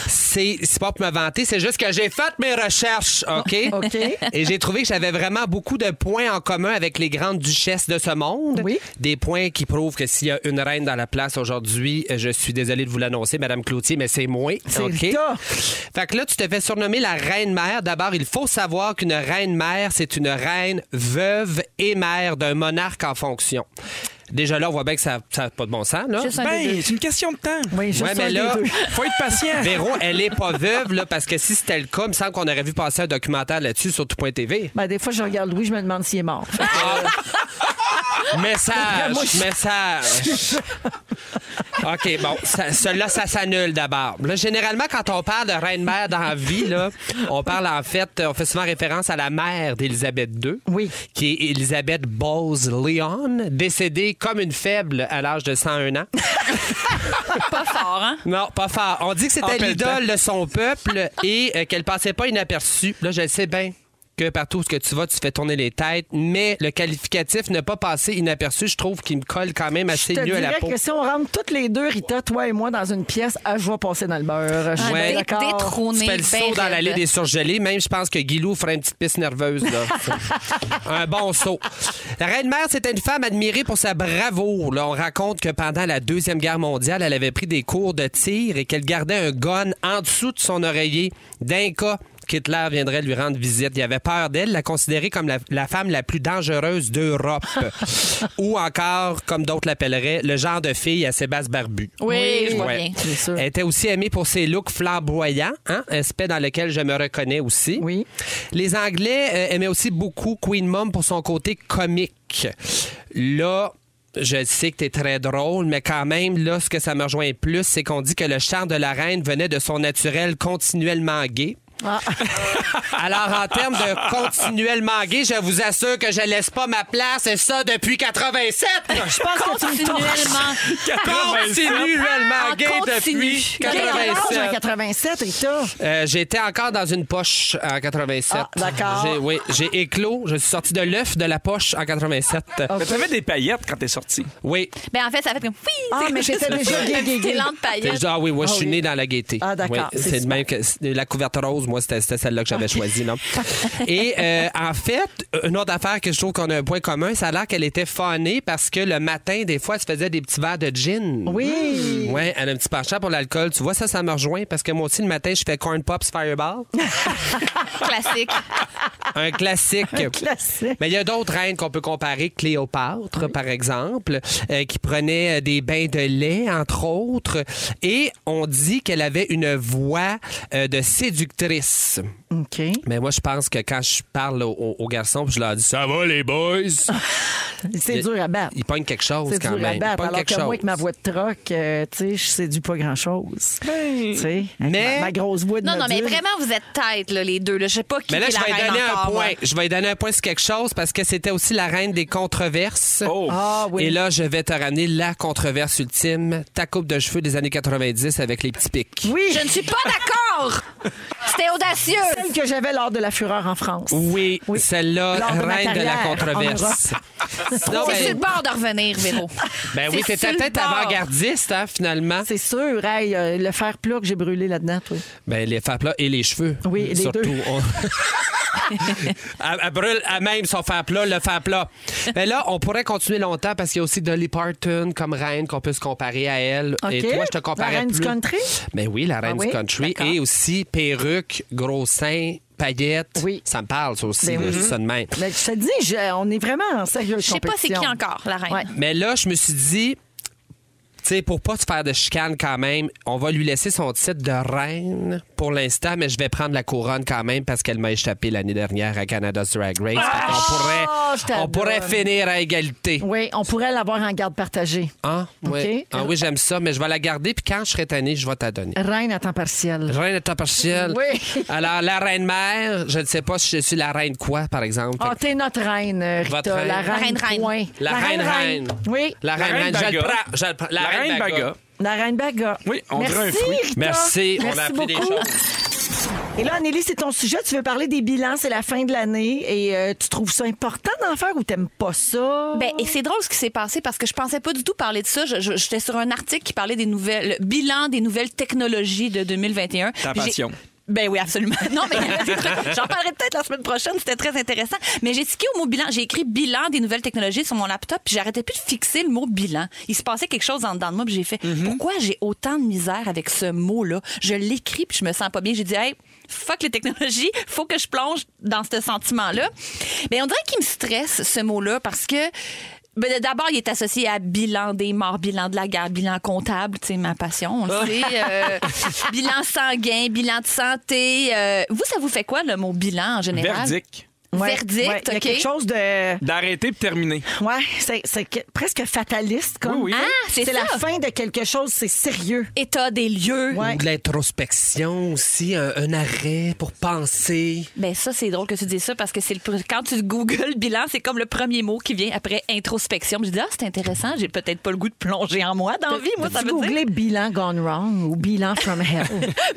A: c'est c'est pas pour me vanter, c'est juste que j'ai fait mes recherches, OK
C: OK.
A: Et j'ai trouvé que j'avais vraiment beaucoup de points en commun avec les grandes duchesses de ce monde.
C: Oui.
A: Des points qui prouvent que s'il y a une reine dans la place aujourd'hui, je suis désolé de vous l'annoncer, Madame Cloutier, mais c'est moi.
C: C'est
A: OK?
C: le cas.
A: Fait que là, tu te fais surnommer la reine-mère. D'abord, il faut savoir qu'une reine-mère, c'est une reine veuve et mère d'un monarque en fonction. Déjà là, on voit bien que ça n'a pas de bon sens. Là.
B: Juste un des deux.
D: Ben, c'est une question de temps.
C: Oui, je
A: Ouais,
C: suis
A: mais
C: un des
A: là-
C: deux.
D: Faut être patient.
A: Véro, elle est pas veuve, là, parce que si c'était le cas, il me semble qu'on aurait vu passer un documentaire là-dessus sur tout.tv.
C: Ben, des fois, je regarde Louis, je me demande s'il est mort.
A: Message, message. OK, bon, ça- celui-là, ça s'annule d'abord. Là, généralement, quand on parle de reine-mère dans la vie, là, on parle en fait, euh, on fait souvent référence à la mère d'Élisabeth II,
C: Oui.
A: qui est Élisabeth Bowes Leon, décédée comme une faible à l'âge de 101 ans.
B: Pas fort, hein?
A: Non, pas fort. On dit que
D: En
A: c'était
D: pelletant.
A: l'idole de son peuple et euh, qu'elle passait pas inaperçue. Là, je le sais bien que partout où ce que tu vas, tu fais tourner les têtes, mais le qualificatif ne pas passer inaperçu, je trouve qu'il me colle quand même assez
C: Je te
A: mieux à la
C: dirais
A: peau.
C: que si on rentre toutes les deux, Rita, toi et moi, dans une pièce, ah, je vais passer dans le beurre. Je suis
A: Ouais.
C: Ah,
B: Dé-
C: d'accord.
B: Détrôné.
A: Tu fais le
B: ben
A: saut dans l'allée
B: raide.
A: des surgelés. Même, je pense que Guilou ferait une petite piste nerveuse. Là. un bon saut. La reine-mère, c'était une femme admirée pour sa bravoure. Là, on raconte que pendant la Deuxième Guerre mondiale, elle avait pris des cours de tir et qu'elle gardait un gun en dessous de son oreiller d'un cas qu'Hitler viendrait lui rendre visite. Il avait peur d'elle, la considérer comme la, la femme la plus dangereuse d'Europe. Ou encore, comme d'autres l'appelleraient, le genre de fille à Sébastien Barbu.
B: Oui, je vois
A: Ouais.
B: bien.
C: C'est sûr.
A: Elle était aussi aimée pour ses looks flamboyants, hein, aspect dans lequel je me reconnais aussi.
C: Oui.
A: Les Anglais euh, aimaient aussi beaucoup Queen Mum pour son côté comique. Là, je sais que t'es très drôle, mais quand même, là, ce que ça me rejoint plus, c'est qu'on dit que le charme de la reine venait de son naturel continuellement gay.
C: Ah.
A: [laughs]
C: [laughs]
A: Alors, en termes de continuellement gay, je vous assure que je laisse pas ma place, et ça depuis 87!
C: [laughs] Je pense que tu me torches.
B: Continuellement.
A: Continuellement
B: En
A: Ah, gay
B: continu.
A: depuis
B: Quel âge,
C: Quel âge
A: 87!
C: en 87, Rita?
A: Euh, J'étais encore dans une poche en 87.
C: Ah, d'accord.
A: J'ai- Oui, j'ai éclos. Je suis sorti de l'œuf de la poche en 87.
B: Ah,
D: Mais t'avais des paillettes quand t'es sorti.
A: Oui.
B: Ben, en fait, ça fait comme. Oui,
C: Ah,
B: c'est
C: mais
B: juste-
C: j'étais déjà
B: Un petit
C: gay, gay,
B: élan de
A: T'es-
B: paillettes.
A: Ah oui, moi, je
C: Ah
A: suis
C: oui.
A: né dans la gaieté.
C: Ah, d'accord.
A: Oui,
C: C'est
A: c'est de
C: super.
A: même que c'est- la couverte rose, moi, c'était c'était celle-là que j'avais choisie,
C: [laughs]
A: non? Et euh, en fait, une autre affaire que je trouve qu'on a un point commun, ça a l'air qu'elle était fanée parce que le matin, des fois, elle se faisait des petits verres de gin.
C: Oui.
A: Oui, elle a un petit penchant pour l'alcool. Tu vois, ça, ça me rejoint parce que moi aussi, le matin, je fais corn pops
C: [laughs]
A: fireball.
B: Classique.
A: un classique.
C: Classique.
A: Mais il y a d'autres reines qu'on peut comparer. Cléopâtre, par exemple, euh, qui prenait euh, des bains de lait, entre autres. Et on dit qu'elle avait une voix euh, de séductrice.
C: OK.
A: Mais moi, je pense que quand je parle aux, aux- aux garçons, puis je leur dis Ça va, les boys
C: [laughs] C'est dur à battre.
A: Ils pognent quelque chose
C: C'est
A: quand
C: dur à
A: même. Ils
C: battre.
A: pognent
C: Alors
A: quelque
C: que moi, avec ma
A: chose.
C: voix de troc, euh, tu sais, je séduis pas grand-chose. Tu sais, avec
A: Ben, Mais-
C: ma, ma grosse voix de
B: Non, non, mais
C: adulte.
B: vraiment, vous êtes tête, là, les deux. Là. Je sais pas qui
A: Mais là,
B: est
A: je
B: la
A: vais lui
B: reine
A: donner un
B: encore,
A: point.
B: moi.
A: Je vais lui donner un point sur quelque chose parce que c'était aussi la reine des controverses.
D: Oh.
C: Ah oui.
A: Et là, je vais te ramener la controverse ultime, ta coupe de cheveux des années 90 avec les petits pics.
C: Oui,
B: Je ne suis pas d'accord. C'était audacieux.
C: celle que j'avais lors de la fureur en France.
A: Oui,
C: Oui.
A: celle-là,
C: Lors de ma
A: reine de la
C: carrière en
A: controverse. [laughs] Non,
B: C'est
A: ben,
B: sur le bord de revenir, Véro.
A: ben oui,
B: C'est
A: t'étais
B: sur le
A: peut-être
B: bord.
A: avant-gardiste, hein, finalement.
C: C'est sûr, hey, euh, le fer plat que j'ai brûlé là-dedans, toi.
A: Ben, les fers plats et les cheveux.
C: Oui, les
A: surtout.
C: deux. [laughs]
A: On- elle, elle brûle elle-même son fer plat, le fer plat. Mais là, on pourrait continuer longtemps parce qu'il y a aussi Dolly Parton comme reine qu'on peut se comparer à elle.
C: OK.
A: Et toi, je te comparais
C: La reine du
A: plus.
C: country?
A: Ben oui, la reine
C: Ah
A: du
C: oui?
A: country.
C: D'accord.
A: Et aussi perruque, gros seins, paillettes.
C: Oui.
A: Ça me parle, ça aussi.
C: Ben
A: là,
C: oui.
A: je dis ça de même.
C: Mais je te dis, je- on est vraiment en sérieux
B: Je sais pas c'est qui encore, la reine.
C: Ouais.
A: Mais là, je me suis dit, sais, pour pas se faire de chicane quand même, on va lui laisser son titre de reine pour l'instant, mais je vais prendre la couronne quand même parce qu'elle m'a échappé l'année dernière à Canada's Drag Race. on pourrait,
C: Ah! Oh, je
A: on
C: t'adore.
A: pourrait finir à égalité.
C: Oui, on pourrait l'avoir en garde partagée.
A: Ah, oui.
C: OK.
A: Ah oui, j'aime ça, mais je vais la garder, puis quand je serai tannée, je vais t'la donner.
C: Reine à temps partiel.
A: Reine de temps partiel.
C: Oui.
A: Alors, la reine mère, je ne sais pas si je suis la reine quoi, par exemple.
C: Ah, t'es notre reine, Rita.
A: Votre reine.
C: La
A: La
C: reine,
B: reine-reine.
C: point.
A: La reine reine.
C: Oui,
A: La reine,
D: reine
A: reine, je le
D: Baga.
A: prends. je le prends. La,
D: La reine Baga.
C: la reine Baga.
D: Oui, on
C: Merci,
D: dirait un fruit.
C: Rita.
A: Merci, on a
C: Merci
A: appris des
C: beaucoup.
A: choses.
C: Et là, Anneli, c'est ton sujet. Tu veux parler des bilans, c'est la fin de l'année. Et euh, tu trouves ça important d'en faire ou t'aimes pas ça?
B: Ben, et c'est drôle ce qui s'est passé parce que je pensais pas du tout parler de ça. Je- je- J'étais sur un article qui parlait des nouvelles, le bilan des nouvelles technologies de 2021.
D: Ta
B: Puis j'ai-
D: passion.
B: Ben oui, absolument. [laughs] Non, mais il y avait des trucs- J'en parlerai peut-être la semaine prochaine. C'était très intéressant. Mais j'ai tiqué au mot bilan. J'ai écrit bilan des nouvelles technologies sur mon laptop. Puis j'arrêtais plus de fixer le mot bilan. Il se passait quelque chose en dedans de moi. Puis j'ai fait
D: Mhm.
B: pourquoi j'ai autant de misère avec ce mot-là Je l'écris puis je me sens pas bien. J'ai dit hey, fuck les technologies. Faut que je plonge dans ce sentiment-là. Mais on dirait qu'il me stresse ce mot-là parce que ben, D'abord, il est associé à bilan des morts, bilan de la guerre, bilan comptable, c'est ma passion, on le sait. euh, bilan sanguin, bilan de santé. euh, vous, ça vous fait quoi le mot bilan en général?
D: Verdict.
C: Ouais,
B: Verdict,
C: ouais. Il y a
B: OK.
C: quelque chose de...
D: D'arrêter puis terminer.
C: Ouais, c'est- c'est que- presque fataliste. Comme.
D: Oui, oui.
B: Ah, c'est
C: c'est
B: ça.
C: la fin de quelque chose, c'est sérieux.
B: État des lieux.
C: Ouais.
A: Ou de l'introspection aussi, un, un arrêt pour penser.
B: Ben ça, c'est drôle que tu dises ça parce que c'est le pr- quand tu googles bilan, c'est comme le premier mot qui vient après introspection. Je dis, ah, c'est intéressant, j'ai peut-être pas le goût de plonger en moi dans la vie. Moi, ça
C: T'as-tu
B: veut dire...
C: googlé bilan gone wrong ou bilan from hell?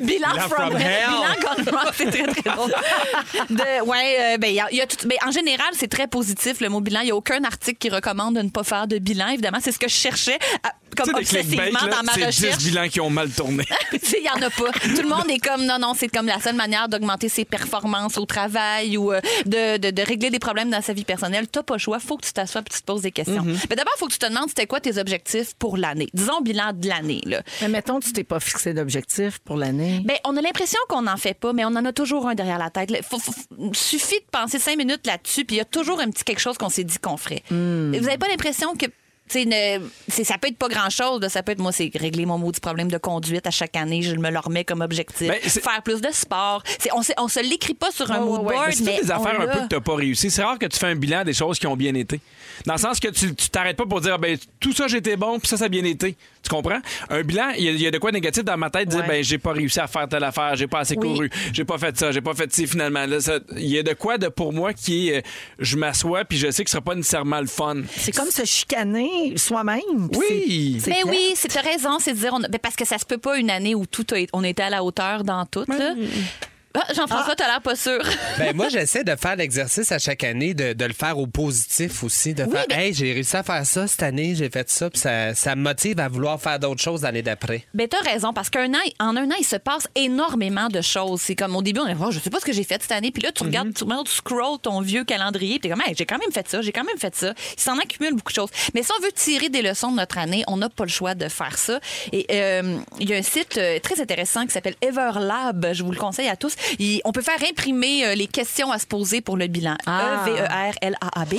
B: Bilan
D: Bilan
B: from,
D: from
B: hell.
D: hell.
B: Bilan gone wrong, c'est très, très drôle. [laughs] De- ouais, euh, ben, il y a- il y a tout- ben, en général, c'est très positif, le mot bilan. Il n'y a aucun article qui recommande de ne pas faire de bilan. Évidemment, c'est ce que je cherchais à- comme
D: Tu sais, des clickbait,
B: obsessivement
D: là,
B: dans ma
D: c'est 10
B: recherche.
D: bilans qui ont mal tourné.
B: [laughs] Tu sais, Il n'y en a pas. Tout le monde est comme, non, non, c'est comme la seule manière d'augmenter ses performances au travail ou euh, de, de- de régler des problèmes dans sa vie personnelle. Tu pas le choix. faut que tu t'assoies et tu te poses des questions. Mais d'abord, il faut que tu te demandes c'était quoi tes objectifs pour l'année. Disons bilan de l'année. là.
C: Mais mettons, tu t'es pas fixé d'objectif pour l'année.
B: Ben, on a l'impression qu'on n'en fait pas, mais on en a toujours un derrière la tête. Le- faut- faut- suffit de penser cinq minutes là-dessus, puis il y a toujours un petit quelque chose qu'on s'est dit qu'on ferait.
C: Hmm.
B: Vous n'avez pas l'impression que tu sais, ne- c'est- ça peut être pas grand chose ça peut être moi c'est régler mon maudit problème de conduite à chaque année je me le remets comme objectif
D: Ben, c'est-
B: faire plus de sport c'est on se, on se l'écrit pas sur un
C: Ouais, ouais, ouais.
B: mood board
D: Mais Ben, c'est
B: mais
D: toutes des
B: on
D: affaires un
B: l'a.
D: peu que t'as pas réussi. C'est rare que tu fais un bilan des choses qui ont bien été. Dans le sens que tu tu t'arrêtes pas pour dire Ah, ben tout ça j'étais bon puis ça ça a bien été. Tu comprends Un bilan, il y, a- il y a de quoi négatif dans ma tête de dire
C: Ouais.
D: ben j'ai pas réussi à faire telle affaire, j'ai pas assez
B: Oui.
D: couru, j'ai pas fait ça, j'ai pas fait ci finalement. Là, ça- il y a de quoi de pour moi qui est euh, je m'assois puis je sais que ce sera pas nécessairement le fun.
C: C'est comme se chicaner soi-même. puis
D: Oui.
C: c'est- c'est
B: Mais
C: plate.
B: Ben oui, c'est t'as raison, c'est de dire on a- ben parce que ça se peut pas une année où tout a été- on était à la hauteur dans tout là. Ah, Jean-François, t'as l'air
C: [laughs]
B: pas sûr.
A: Ben moi, j'essaie de faire l'exercice à chaque année, de, de le faire au positif aussi, de faire Hey, j'ai réussi à faire ça cette année, j'ai fait ça, puis ça, ça me motive à vouloir faire d'autres choses l'année d'après.
B: Ben, t'as raison, parce qu'un an, en un an, il se passe énormément de choses. C'est comme au début, on est, oh, je sais pas ce que j'ai fait cette année. Puis là, tu
C: Mhm.
B: regardes, tu, regardes, tu scrolls ton vieux calendrier, puis t'es comme, Hey, j'ai quand même fait ça, j'ai quand même fait ça. Il s'en accumule beaucoup de choses. Mais si on veut tirer des leçons de notre année, on n'a pas le choix de faire ça. Et euh, il y a un site euh, très intéressant qui s'appelle Everlab. Je vous le conseille à tous. Il- on peut faire imprimer euh, les questions à se poser pour le bilan. E
C: Ah.
B: E-V-E-R-L-A-A-B.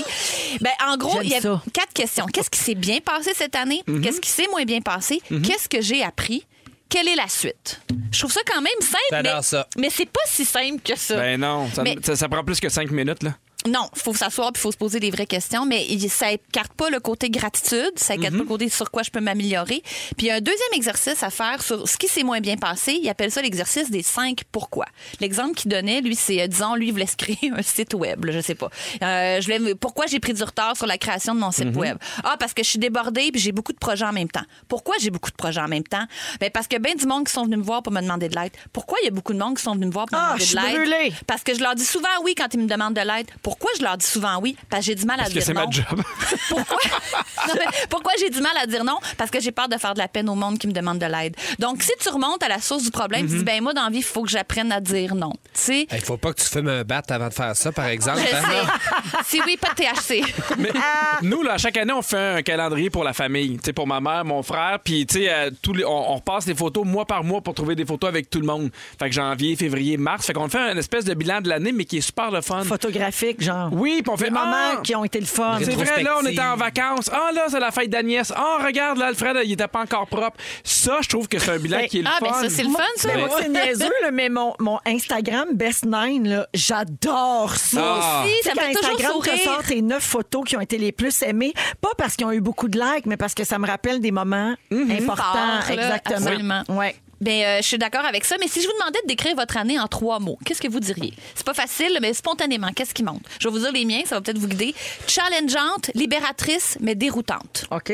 B: Ben, en gros,
C: J'aime
B: il y a
C: ça.
B: quatre questions. Qu'est-ce qui s'est bien passé cette année?
D: Mhm.
B: Qu'est-ce qui s'est moins bien passé? Qu'est-ce que j'ai appris? Quelle est la suite? Je trouve ça quand même simple.
A: J'adore
B: Mais,
A: ça.
B: mais c'est pas si simple que ça.
D: Ben non, ça,
B: Mais-
D: ça- ça prend plus que cinq minutes là.
B: Non, faut s'asseoir puis faut se poser des vraies questions, mais il- ça écarte pas le côté gratitude, ça écarte
D: Mhm.
B: pas le côté sur quoi je peux m'améliorer. Puis il y a un deuxième exercice à faire sur ce qui s'est moins bien passé, il appelle ça l'exercice des cinq pourquoi. L'exemple qu'il donnait, lui, c'est euh, disons, lui il voulait se créer [laughs] un site web, là, je sais pas. Euh, je voulais- pourquoi j'ai pris du retard sur la création de mon
D: Mhm.
B: site web Ah parce que je suis débordée puis j'ai beaucoup de projets en même temps. Pourquoi j'ai beaucoup de projets en même temps Ben parce que ben du monde qui sont venus me voir pour me demander de l'aide. Pourquoi il y a beaucoup de monde qui sont venus me voir pour
C: Ah,
B: me demander
C: je
B: de
C: suis
B: l'aide
C: brûlée.
B: parce que je leur dis souvent oui quand ils me demandent de l'aide. Pourquoi je leur dis souvent oui? Parce que j'ai du mal à
D: Parce que
B: dire
D: c'est
B: non.
D: ma job.
B: [laughs] Pourquoi? Non, mais pourquoi j'ai du mal à dire non? Parce que j'ai peur de faire de la peine au monde qui me demande de l'aide. Donc, si tu remontes à la source du problème,
D: Mhm.
B: tu dis, ben moi, dans la vie, il faut que j'apprenne à dire non. Tu sais?
A: Il faut pas que tu fumes un bat avant de faire ça, par exemple.
B: Je
A: hein?
B: sais. [laughs] Si oui, pas de THC.
D: Mais
B: Ah!
D: nous, là, chaque année, on fait un calendrier pour la famille. Tu sais, pour ma mère, mon frère. Puis, tu sais, euh, tous les- on, on repasse les photos mois par mois pour trouver des photos avec tout le monde. Fait que janvier, février, mars. Fait qu'on fait un espèce de bilan de l'année, mais qui est super le fun.
C: Photographique, nostalgiques, genre.
D: Oui, puis on fait
C: Des moments
D: ah!
C: qui ont été le fun.
D: C'est vrai, là, on était en
A: Rétrospective.
D: vacances. Ah, là, c'est la fête d'Agnès. Ah, regarde, là, Alfred, il était pas encore propre. Ça, je trouve que c'est un bilan qui est le
B: Ah,
D: fun.
B: ben ça, c'est le fun, ça.
C: Ben, moi, c'est niaiseux, là, mais mon, mon Instagram Best 9, là, j'adore ça.
D: Ah.
B: Si, ça
C: Tu sais,
B: me fait
C: quand
B: toujours
C: Instagram te
B: sourire.
C: sort tes neuf photos qui ont été les plus aimées, pas parce qu'ils ont eu beaucoup de likes, mais parce que ça me rappelle des moments
D: Mhm.
C: importants.
B: Fort, là,
C: exactement.
B: absolument.
C: Ouais.
B: Ben, euh, je suis d'accord avec ça, mais si je vous demandais de décrire votre année en trois mots, qu'est-ce que vous diriez? C'est pas facile, mais spontanément, qu'est-ce qui monte? Je vais vous dire les miens, ça va peut-être vous guider. Challengeante, libératrice, mais déroutante.
C: OK.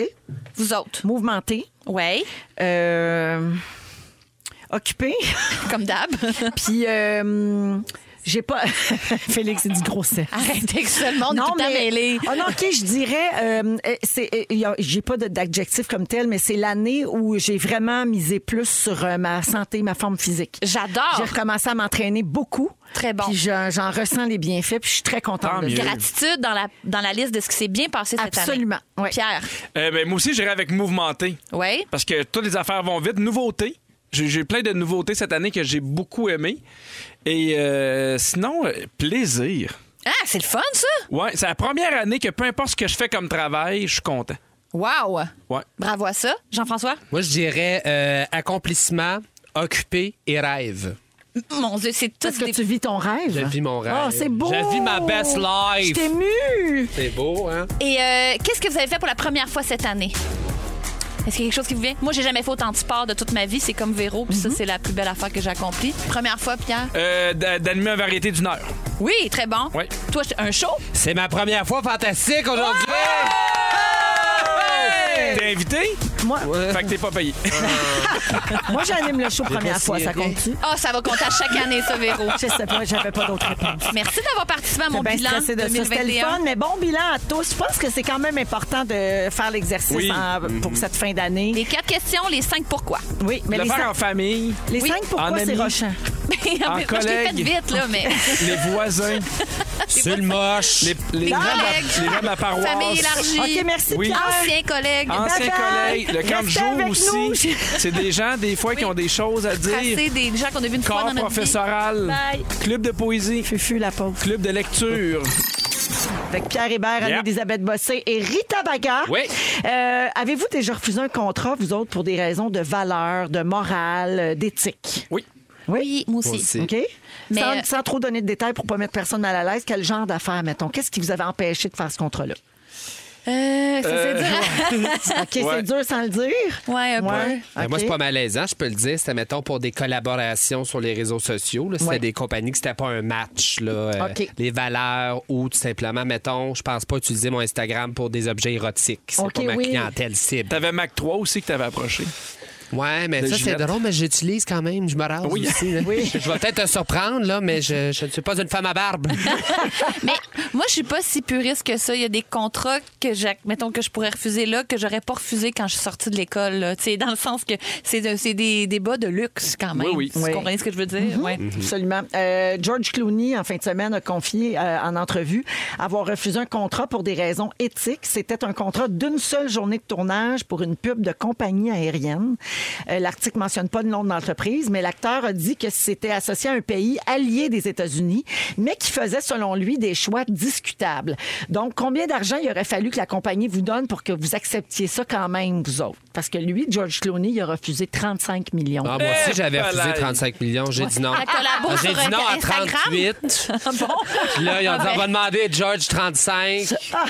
B: Vous autres?
C: Mouvementé.
B: Oui,
C: Euh, occupé.
B: comme [laughs] d'hab.
C: Puis, euh, j'ai pas. [laughs] Félix, c'est du gros sel.
B: Arrêtez que tout le monde est tout le temps mêlé.
C: Ah non, OK, je dirais, euh, euh, c'est, euh, y a- j'ai pas de- d'adjectif comme tel, mais c'est l'année où j'ai vraiment misé plus sur euh, ma santé, ma forme physique. J'ai
B: J'adore.
C: recommencé à m'entraîner beaucoup.
B: Ah! Très bon.
C: Puis je- j'en ressens les bienfaits, puis je suis très
D: Tant
C: contente de
D: mieux.
C: ça.
B: Gratitude dans la, dans la liste de ce qui s'est bien passé cette
C: Absolument,
B: année.
C: ouais.
B: Pierre,
D: Euh, ben, moi aussi, j'irai avec mouvementé.
B: oui.
D: Parce que toutes les affaires vont vite. Nouveautés. J'ai j'ai plein de nouveautés cette année que j'ai beaucoup aimé. Et euh, sinon, euh, plaisir.
B: Ah, c'est le fun, ça?
D: Ouais, c'est la première année que peu importe ce que je fais comme travail, je suis content.
B: Wow!
D: Ouais.
B: Bravo à ça. Jean-François?
A: Moi, je dirais euh, accomplissement, occupé et rêve.
B: Mon Dieu, c'est tout
C: Est-ce que
B: des...
C: tu vis ton rêve?
A: Je vis mon rêve.
C: Ah, c'est beau!
A: Je vis ma best life.
C: Je t'ai émue!
A: C'est beau, hein?
B: Et euh, qu'est-ce que vous avez fait pour la première fois cette année? Est-ce qu'il y a quelque chose qui vous vient? Moi, j'ai jamais fait autant de sport de toute ma vie. C'est comme Véro, puis ça, c'est la plus belle affaire que j'ai accomplie. Première fois, Pierre?
D: Mhm. Euh, d'a- D'animer une variété d'une heure.
B: Oui, très bon.
D: Ouais.
B: Toi, un show?
A: C'est ma première fois fantastique aujourd'hui!
D: T'es invité?
C: Moi,
D: Fait que t'es pas payé.
C: moi j'anime le show
A: pas
C: première fois, ça
A: signé.
C: compte-tu?
B: Ah, ça va compter
D: [laughs]
B: à chaque année, ça, Véro.
C: Je sais pas, j'avais pas d'autre réponse.
B: Merci d'avoir participé à mon
C: J'étais bien
B: bilan
C: stressée de ça. C'était le
B: 2021.
C: fun, mais bon bilan à tous. Je pense que c'est quand même important de faire l'exercice
D: Oui. Mm-hmm.
C: en- pour cette fin d'année.
B: Les quatre questions, les cinq pourquoi. [laughs]
C: Oui, mais
D: le
C: les,
D: faire
C: cinq,
D: en famille,
C: les
B: Oui.
C: cinq
D: En
C: pourquoi, c'est
D: ami.
C: rochant.
B: Moi, je l'ai fait
D: collègue.
B: vite, là,
D: [laughs]
B: mais...
D: les voisins,
A: C'est le moche!
D: les, les, gens, de la,
B: collègues.
D: les gens de la paroisse.
B: Famille élargie.
C: OK, merci,
D: Oui.
C: Pierre.
B: Anciens collègues.
D: Anciens
C: Bye-bye.
D: collègues, le camp de
C: Restez
D: jour
C: avec
D: aussi.
C: nous.
D: C'est des gens, des fois, qui ont des choses à dire.
B: Tracer des gens qu'on a vus une fois
D: Corps
B: dans notre vie.
D: professoral,
B: Bye.
D: club de poésie,
C: Fufu, la pauvre.
D: club de lecture.
C: Avec Pierre Hébert, Anne-Elisabeth Bossé et Rita Baga.
D: Oui.
C: Euh, Avez-vous déjà refusé un contrat, vous autres, pour des raisons de valeur, de morale, euh, d'éthique?
D: Oui.
B: Oui, moi aussi.
C: OK?
B: Mais,
C: sans,
B: euh,
C: sans trop donner de détails pour pas mettre personne mal à l'aise, quel genre d'affaires, mettons? Qu'est-ce qui vous avait empêché de faire ce contrat-là?
B: Euh, ça, c'est dur.
C: OK, c'est dur sans le dire?
B: Ouais, un peu.
A: Ben, Moi,
C: OK.
A: c'est pas malaisant, je peux le dire. C'était, mettons, pour des collaborations sur les réseaux sociaux. là. C'était
C: Ouais.
A: des compagnies que c'était pas un match. Là, Euh,
C: OK.
A: Les valeurs ou tout simplement, mettons, je pense pas utiliser mon Instagram pour des objets érotiques. C'est
C: OK,
A: pas ma
C: oui.
A: clientèle cible.
D: T'avais Mac 3 aussi que t'avais approché.
A: Ouais, mais
D: Le
A: ça, c'est
D: Ginette.
A: drôle, mais j'utilise quand même. Je me rase
D: Oui.
A: aussi. là. Je vais peut-être te surprendre, là, mais je, je ne suis pas une femme à barbe.
B: Mais moi, je suis pas si puriste que ça. Il y a des contrats que j'ai- mettons que je pourrais refuser là, que j'aurais pas refusé quand je suis sortie de l'école. là. Tu sais, Dans le sens que c'est de- c'est des débats de luxe quand même.
D: Oui, oui.
B: Vous
C: Oui.
B: comprenez ce que je veux dire?
A: Mm-hmm.
B: Ouais.
C: Absolument. Euh, George Clooney, en fin de semaine, a confié euh, en entrevue avoir refusé un contrat pour des raisons éthiques. C'était un contrat d'une seule journée de tournage pour une pub de compagnie aérienne. Euh, L'article mentionne pas le nom de l'entreprise, mais l'acteur a dit que c'était associé à un pays allié des États-Unis, mais qui faisait, selon lui, des choix discutables. Donc, combien d'argent il aurait fallu que la compagnie vous donne pour que vous acceptiez ça quand même, vous autres? Parce que lui, George Clooney, il a refusé 35 millions.
A: Ah, moi aussi,
D: Eh,
A: j'avais refusé
D: palais.
A: 35 millions. J'ai dit non.
B: Elle collabore
A: J'ai
B: Ah, sur
A: dit non à
B: Instagram?
A: 38.
B: Ah bon?
A: Puis là, ils ont dit, on va demander à George 35.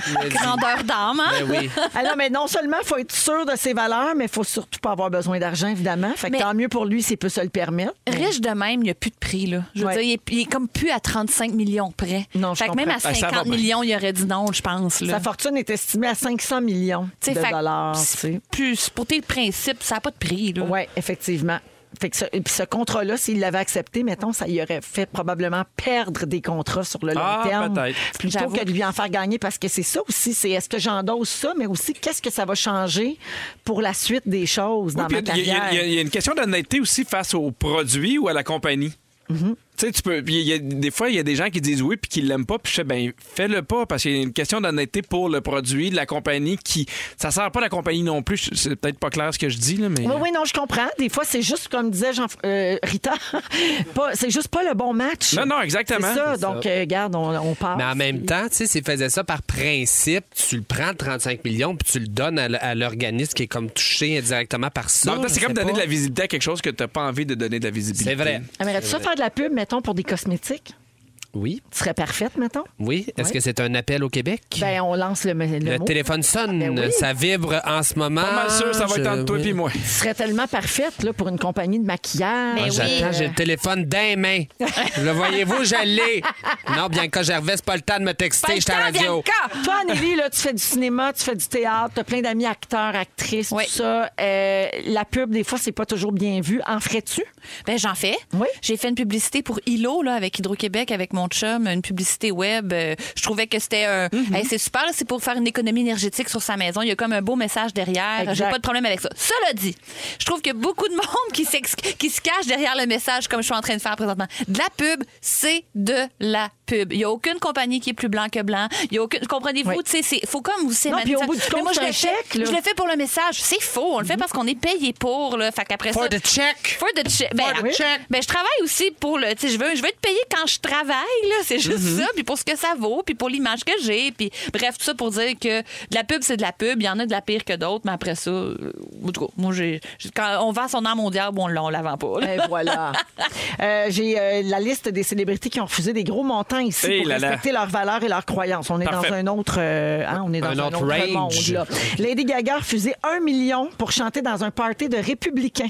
A: Il a dit,
B: Grandeur d'âme, hein?
A: ben oui.
C: Alors, mais Ah non seulement il faut être sûr de ses valeurs, mais il faut surtout pas avoir besoin d'argent, évidemment. Fait que
B: Mais-
C: tant mieux pour lui s'il peut se le permettre.
B: Riche de même, il n'y a plus de prix. Là. Je veux
C: Ouais.
B: dire, il est, il est comme plus à 35 millions près.
C: Non, je
B: fait que même
A: Ben,
B: à
C: comprends.
D: Ah, ça
B: 50
D: va bien.
B: millions, il aurait dit non, je pense. Là.
C: Sa fortune est estimée à 500 millions
B: Tu sais,
C: de
B: fait que
C: dollars. tu
B: c'est
C: sais.
B: plus, pour tes principes, ça n'a pas de prix. Là.
C: Oui, effectivement. Fait que ce, et puis ce contrat-là, s'il l'avait accepté, mettons, ça y aurait fait probablement perdre des contrats sur le long
D: Ah,
C: terme.
D: peut-être.
C: Plutôt
B: J'avoue.
C: que de lui en faire gagner, parce que c'est ça aussi, c'est est-ce que j'endosse ça, mais aussi qu'est-ce que ça va changer pour la suite des choses dans
D: Oui,
C: ma
D: puis Il y, a- il y
C: carrière.
D: a- il y a une question d'honnêteté aussi face au produit ou à la compagnie. Tu sais, tu peux. puis il y a- des fois, il y a des gens qui disent oui puis qui l'aiment pas. Puis je sais, ben, fais-le pas parce qu'il y a une question d'honnêteté pour le produit, de la compagnie qui. Ça sert pas la compagnie non plus. C'est peut-être pas clair ce que je dis, là, mais.
C: Oui, oui, non, je comprends. Des fois, c'est juste, comme disait Jean euh, Rita, [laughs] pas- c'est juste pas le bon match.
D: Non, non, exactement.
C: C'est ça. Donc, euh, regarde, on, on part.
A: Mais en même temps, tu sais, s'ils faisaient ça par principe, tu le prends, le 35 millions, puis tu le donnes à l- à l'organisme qui est comme touché indirectement par
D: En
A: ça.
D: même temps, c'est
A: je
D: comme
A: sais
D: donner de
A: pas.
D: la visibilité à quelque chose que t'as pas envie de donner de la visibilité.
A: C'est vrai.
C: Aimerais-tu ça faire de la pub, mettons, pour des cosmétiques?
A: Oui.
C: Tu serais parfaite, mettons?
A: Oui. Est-ce
C: Ouais.
A: que c'est un appel au Québec?
C: Ben, on lance le, le,
A: le Ah,
C: mot.
A: téléphone sonne.
C: Ben oui.
A: Ça vibre en ce moment.
D: Pas mal sûr, ça va être
A: Ah, Je-
D: entre toi
A: oui.
D: et moi.
C: Tu serais tellement parfaite là, pour une compagnie de maquillage. Euh,
A: Ah, J'attends, j'ai le téléphone dans les [laughs] mains. le voyez-vous, j'allais. Non, bien que Gervais, c'est pas le temps de me texter, je suis à la radio.
C: Toi, Nelly, là, tu fais du cinéma, tu fais du théâtre, tu as plein d'amis acteurs, actrices,
B: Oui.
C: tout ça. Euh, la pub, des fois, c'est pas toujours bien vu. En ferais-tu?
B: Ben, j'en fais.
C: Oui.
B: J'ai fait une publicité pour Hilo là, avec Hydro-Québec, avec mon chum, une publicité web. Euh, Je trouvais que c'était un.
C: Mhm.
B: Hey, c'est super, là, c'est pour faire une économie énergétique sur sa maison. Il y a comme un beau message derrière. J'ai
C: Exact.
B: pas de problème avec ça. Cela dit, je trouve que beaucoup de monde qui, s'ex- qui se cache derrière le message, comme je suis en train de faire présentement. De la pub, c'est de la pub. Il n'y a aucune compagnie qui est plus blanc que blanc. Il y a aucune. Comprenez-vous?
C: Oui.
B: Il faut comme vous
C: Non, puis au bout du compte, c'est
B: je
C: un
B: le fais-
C: chèque, là. Mhm.
B: je le fais pour le message. C'est faux. On le fait parce qu'on est payé pour. Là. Fait qu'après
A: For
B: ça.
A: the check.
B: For the check. Ben,
A: For the
B: oui.
A: check.
B: ben, je travaille aussi pour le. Tu sais, je veux, je veux être payée quand je travaille, là. C'est juste
D: Mm-hmm.
B: ça. Puis pour ce que ça vaut, puis pour l'image que j'ai. Puis bref, tout ça pour dire que de la pub, c'est de la pub. Il y en a de la pire que d'autres, mais après ça, euh, en tout cas, moi, j'ai. j'ai- Quand on vend son âme au diable, on, l'a- on la vend pas, là.
C: Ben voilà. Euh, J'ai euh, la liste des célébrités qui ont refusé des gros montants ici
D: Hey
C: pour
D: là là.
C: respecter leurs valeurs et leurs croyances. On est
D: Parfait.
C: dans un autre, euh, hein, on est dans
A: Un
C: un,
A: autre
C: autre,
A: range.
C: monde. là. Lady Gaga a refusé un million pour chanter dans un party de républicains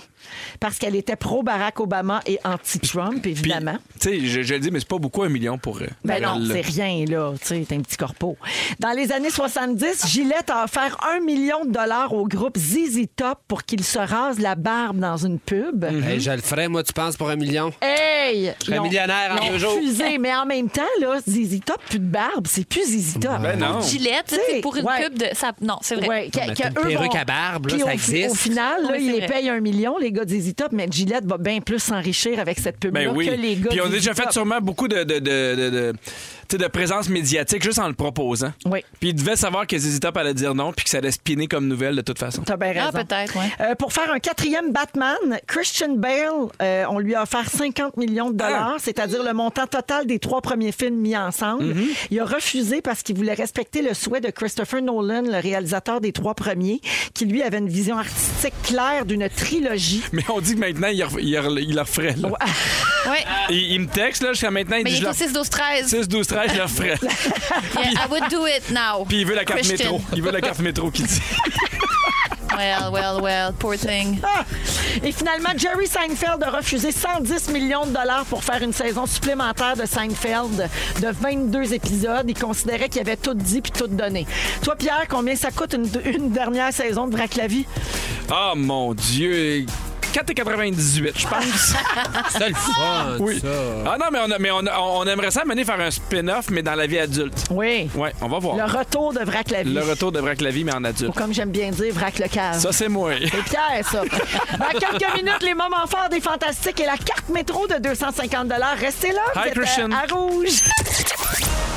C: parce qu'elle était pro Barack Obama et anti-Trump,
D: Puis,
C: évidemment.
D: tu sais, je, je le dis, mais c'est pas beaucoup un million pour. euh,
C: Ben non,
D: le-
C: c'est rien, là. Tu sais, t'es un petit corpo. Dans les années 70, Gillette a offert un million de dollars au groupe ZZ Top pour qu'il se rase la barbe dans une pub.
D: Mm.
A: Hey, je le ferai, moi, tu penses, pour un million?
C: Hey!
A: serais
C: Ils ont-
A: millionnaire en
C: ils ont
A: deux jours.
C: refusé, mais en même temps, là, ZZ Top, plus de barbe, c'est plus ZZ Top.
D: Ben non.
B: Gillette, tu sais,
C: T'sais,
B: pour une
C: ouais.
B: pub de. ça- non, c'est vrai.
C: Ouais, que-
A: mais
C: que
A: t'as une
C: eux
A: perruque
C: vont-
A: à barbe, là,
C: Puis
A: ça
C: au,
A: existe.
C: Au final, là,
B: Oui,
C: ils
B: c'est
C: les
B: vrai.
C: payent un million, les gars de ZZ Top, mais Gillette va bien plus s'enrichir avec cette pub-là
D: Ben oui.
C: que les gars
D: Puis on a
C: de
D: déjà
C: ZZ
D: fait
C: Top.
D: sûrement beaucoup de, de, de, de- de- tu sais, de présence médiatique juste en le proposant.
C: Oui.
D: Puis ils devaient savoir que Zizi Top allait dire non puis que ça allait spinner comme nouvelle de toute façon.
C: T'as bien raison.
B: Ah, peut-être, ouais.
C: Euh, pour faire un quatrième Batman, Christian Bale, euh, on lui a offert 50 millions de dollars, c'est-à-dire le montant total des trois premiers films mis ensemble. Il a refusé parce qu'il voulait respecter le souhait de Christopher Nolan, le réalisateur des trois premiers, qui lui avait une vision artistique claire d'une trilogie.
D: Mais on dit que maintenant, il, ref- il, re- il le referait. là.
B: Ouais.
D: Il, il me texte, là, jusqu'à maintenant, il
B: Mais
D: dit
B: il
D: Ah. je
B: est au
D: le
B: 6, 12, 13.
D: 6, 12, 13, je
C: [laughs]
D: le referais.
B: Yeah, I would do it now.
D: Puis il veut la carte
B: Christian.
D: métro. Il veut la carte métro qu'il dit.
B: Well, well, well. Poor thing.
C: Ah! Et finalement, Jerry Seinfeld a refusé 110 millions de dollars pour faire une saison supplémentaire de Seinfeld de 22 épisodes. Il considérait qu'il avait tout dit puis tout donné. Toi, Pierre, combien ça coûte une, une dernière saison de Braclavie?
D: Ah mon Dieu. 4,98, je pense.
A: [laughs] C'est le fun,
D: Oui.
A: ça.
D: Ah non, mais on, a- mais on, a- on aimerait ça mener faire un spin-off, mais dans la vie adulte.
C: Oui.
D: Ouais, on va
C: Le
D: voir.
C: retour de Braclavie.
D: Le retour de Braque la vie, mais en
C: Ou
D: adulte.
C: comme j'aime bien dire, Vrac le cave.
D: Ça,
C: [laughs]
D: c'est moi.
C: C'est Pierre, ça. Dans quelques minutes, les moments forts des Fantastiques et la carte métro de 250 Restez là, vous
D: Hi,
C: êtes, euh,
D: Christian.
C: à rouge.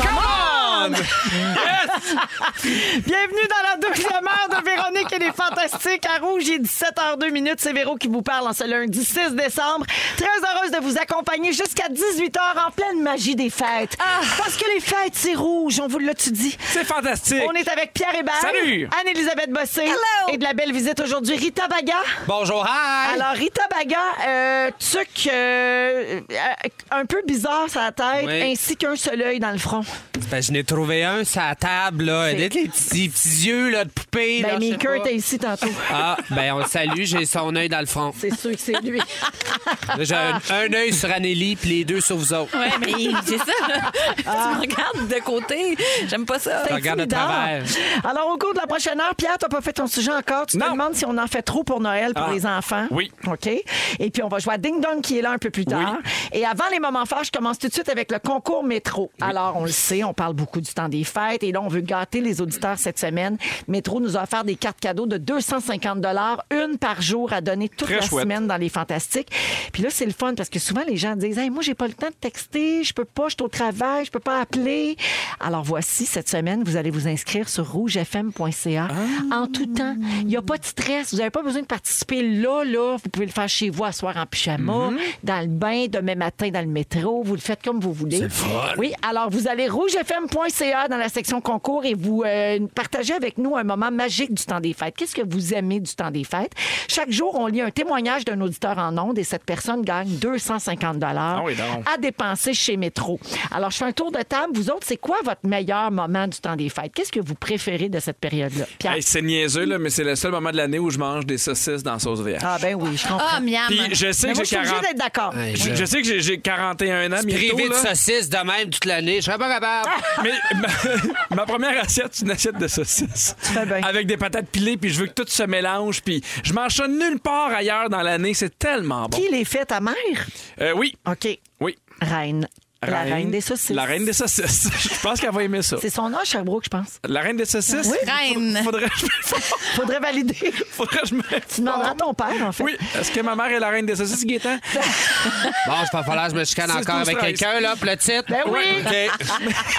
C: Bienvenue dans la deuxième heure de Véronique et les Fantastiques. À Rouge, il est 17h02 minutes. C'est Véro qui vous parle en ce lundi 6 décembre. Très heureuse de vous accompagner jusqu'à 18h en pleine magie des fêtes. Parce que les fêtes, c'est rouge, on vous l'a-tu dit?
D: Ah! C'est fantastique.
C: On est avec Pierre Hébert.
D: Salut.
C: Anne-Elisabeth Bossé. Et de la belle visite aujourd'hui, Rita Baga.
D: Ben!
A: Bonjour, hi!
C: Alors, Rita Baga, euh, tuc euh, euh, un peu bizarre sa tête,
A: Oui.
C: ainsi qu'un seul œil dans le front.
A: Ben, je n'ai ai trouvé un sa table, là.
C: C'est-
A: Les petits, petits yeux, là, de poupée. là,
C: Ben,
A: je sais
C: Maker
A: pas.
C: était ici tantôt.
A: Ah, ben, on le salue, j'ai son œil dans le front.
C: C'est sûr que c'est
D: [laughs]
C: lui.
A: J'ai un,
C: Ah.
A: un œil sur Anneli, puis les deux sur vous autres.
B: Ouais, mais c'est ça. Tu me regardes de côté. J'aime pas ça.
A: Je regarde de
C: Intimidant.
A: travers.
C: Alors, au cours de la prochaine heure, Pierre, t'as pas fait ton sujet encore. Tu te
D: Non.
C: demandes si on en fait trop pour Noël pour
D: Ah.
C: les enfants.
D: Oui.
C: OK. Et puis, on va jouer à Ding Dong qui est là un peu plus tard. Et avant les moments forts, je commence tout de suite avec le concours métro. Alors, on le sait, on parle beaucoup du temps des fêtes et là, on veut gâter les auditeurs cette semaine. Métro nous a offert des cartes cadeaux de 250 une par jour à donner toute
D: Très
C: la
D: chouette.
C: semaine dans les fantastiques. Puis là, c'est le fun parce que souvent les gens disent hey, moi j'ai pas le temps de texter, je peux pas, je suis au travail, je peux pas appeler. Alors voici cette semaine, vous allez vous inscrire sur rougefm.ca
D: Ah.
C: en tout temps. Il n'y a pas de stress, vous n'avez pas besoin de participer là là, vous pouvez le faire chez vous à soir en pyjama,
D: Mmh.
C: dans le bain, demain matin dans le métro, vous le faites comme vous voulez. Oui, alors vous allez rougefm.ca dans la section concours et vous euh, partagez avec nous un moment magique du temps des fêtes. Qu'est-ce que vous aimez du temps des fêtes? Chaque jour, on lit un témoignage d'un auditeur en ondes et cette personne gagne 250 dollars
D: Ah oui, donc.
C: à dépenser chez Métro. Alors, je fais un tour de table. Vous autres, c'est quoi votre meilleur moment du temps des fêtes? Qu'est-ce que vous préférez de cette période-là? Pierre?
D: Hey, c'est niaiseux, là, mais c'est le seul moment de l'année où je mange des saucisses dans sauce verte.
C: ah ben oui, je comprends.
B: Ah, miam.
D: Puis je sais
C: Mais
D: que
C: moi, je
D: j'ai
C: suis obligée
D: 40...
C: d'être d'accord.
A: Hey,
D: Je, je sais que j'ai- j'ai 41 ans, bientôt,
A: Privé de
D: là.
A: saucisses de même toute l'année, je serais pas capable.
C: Ah.
D: Mais ma, [laughs] ma première assiette, c'est une assiette de saucisses.
C: fais bien.
D: Avec des patates pilées, puis je veux que tout se mélange, puis je mange ça nulle part ailleurs dans l'année. C'est tellement bon.
C: Qui les fait, ta mère?
D: Euh, oui,
C: OK.
D: oui.
C: Reine. La reine des saucisses.
D: La reine des saucisses. [laughs] je pense qu'elle va aimer ça.
C: C'est son nom, Sherbrooke, je pense.
D: La reine des saucisses?
B: Reine.
D: Faudrait, faudrait,
C: Faudrait valider.
D: faudrait que je
C: Tu
D: me...
C: demanderas à ton père, en fait.
D: Oui, est-ce que ma mère est la reine des saucisses, Gaétan?
A: Bon, je vais falloir que je me chicane
D: Six,
A: encore
D: douze,
A: avec
D: treize.
A: quelqu'un, là, pour le titre.
C: Ben oui.
A: OK.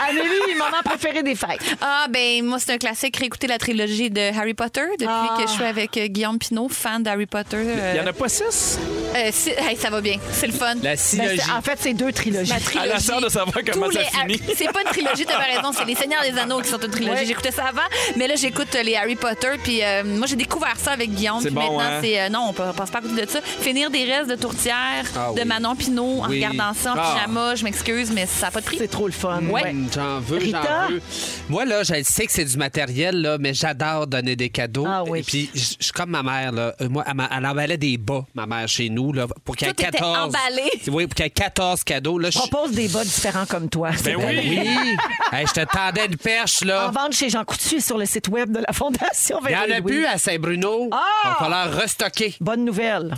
C: Amélie, moment préféré des fêtes.
B: Ah, ben, moi, c'est un classique. Réécouter la trilogie de Harry Potter depuis
C: Ah.
B: que je suis avec euh, Guillaume Pinault, fan d'Harry Potter. euh,
D: Il n'y en a pas six?
B: euh, si- hey, ça va bien. C'est le fun.
A: La
C: Ben,
A: sylogie.
C: c'est- en fait, c'est deux trilogies.
B: Ma trilogie.
D: À la sœur de savoir comment
B: Tous
D: ça
B: les-
D: finit.
B: Ah, C'est pas une trilogie, t'as pas raison. C'est les Seigneurs des Anneaux qui sont une trilogie.
C: Ouais.
B: J'écoutais ça avant, mais là, j'écoute euh, les Harry Potter. Puis euh, moi, j'ai découvert ça avec Guillaume.
D: C'est
B: Puis
D: bon,
B: maintenant,
D: hein?
B: c'est. euh, non, on pa- passe pas à côté de ça. Finir des restes de tourtière
A: Ah
B: de
A: oui.
B: Manon Pinot en
A: Oui.
B: regardant ça en
A: Ah.
B: pyjama. Je m'excuse, mais ça n'a pas de prix.
C: C'est trop le fun.
B: Ouais.
C: ouais.
A: Mm, J'en veux,
C: Rita?
A: j'en veux. Moi, là, je sais que c'est du matériel, là, mais j'adore donner des cadeaux.
C: Ah oui.
A: Et Puis, je je suis comme ma mère, là. Euh, Moi, elle, m'a- elle emballait des bas, ma mère, chez nous, là, pour qu'il y ait
B: Tout était
A: 14.
B: emballé.
A: Oui, pour qu'il y ait 14 cadeaux, là. je-
C: Propose des bas différents comme toi. C'est
D: Ben
C: vrai.
D: oui.
A: Oui. Hey, je te tendais une perche,
C: En
A: là.
C: vente chez Jean Coutu et sur le site web de la Fondation
A: Il n'y en
C: Valérie
A: a
C: Louis.
A: plus à Saint-Bruno.
C: Ah!
A: Il va falloir restocker.
C: Bonne nouvelle.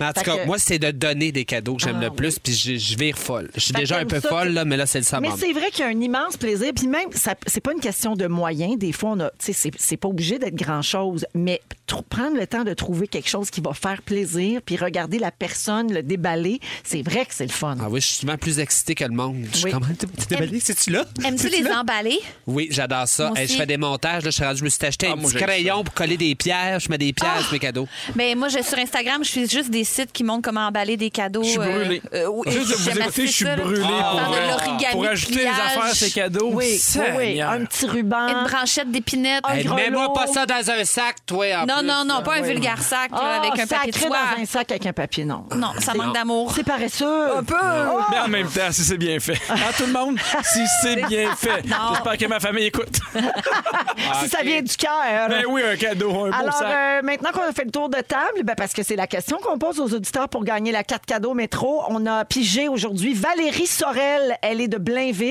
A: Mais en tout
C: Fait
A: cas,
C: que-
A: moi, c'est de donner des cadeaux que j'aime
C: Ah,
A: le plus, puis je, je vire folle. Je suis
C: Fait
A: déjà un
C: que
A: peu
C: ça,
A: folle,
C: c'est-
A: là, mais là, c'est le
C: Mais
A: summum.
C: c'est vrai qu'il y a un immense plaisir. Puis même, ça- c'est pas une question de moyens. Des fois, on a, tu sais, c'est, c'est pas obligé d'être grand-chose. Mais tr- prendre le temps de trouver quelque chose qui va faire plaisir, puis regarder la personne le déballer, c'est vrai que c'est le fun.
A: Ah oui, je suis souvent plus excitée que le monde. Je suis
C: Oui.
A: comme, [laughs] t'es t'es déballé, c'est-tu là?
B: Aimes-tu
A: C'est-tu
B: les
A: là?
B: emballer?
A: Oui, j'adore ça.
B: Moi
A: Hey, je
B: aussi.
A: fais des montages. Là, je, suis rendu, je me suis acheté
D: Ah,
A: un
D: moi,
A: petit
D: j'aime
A: crayon pour coller des pierres. Je mets des pierres sur mes
B: Ah!
A: cadeaux.
B: Mais moi, je, sur Instagram, je suis juste des sites qui montrent comment emballer des cadeaux.
D: Je suis
B: euh,
D: brûlé.
B: euh, oui,
D: Juste de vous
B: j'aime
D: écouter,
B: assez
D: je suis
B: ça, là. Ah.
D: brûlé.
B: Faire
D: pour,
B: de
D: vrai.
B: l'origami,
D: pour ajouter les
B: pliage.
D: affaires, Ah. ces cadeaux.
C: Oui, oui,
D: Seigneur.
C: oui. Un petit ruban.
B: Une branchette d'épinette.
C: Un
A: Hey,
C: gros
A: Mets-moi
C: lot.
A: pas ça dans un sac, toi, en
B: Non,
A: plus,
B: non, non,
A: là.
B: pas un vulgaire sac là,
C: Ah,
B: avec un papier de
C: sacré
B: soie.
C: dans un sac avec un papier, non.
B: Non, ça manque d'amour.
C: C'est paresseux. Un peu.
D: Mais en même temps, si c'est bien fait. Hein, tout le monde? Si c'est bien fait. J'espère que ma famille écoute.
C: Si ça vient du cœur.
D: Ben oui, un cadeau, un beau
C: Alors,
D: sac.
C: euh, maintenant qu'on a fait le tour de table, ben parce que c'est la question qu'on pose aux auditeurs pour gagner la carte cadeau métro, on a pigé aujourd'hui Valérie Sorel. Elle est de Blainville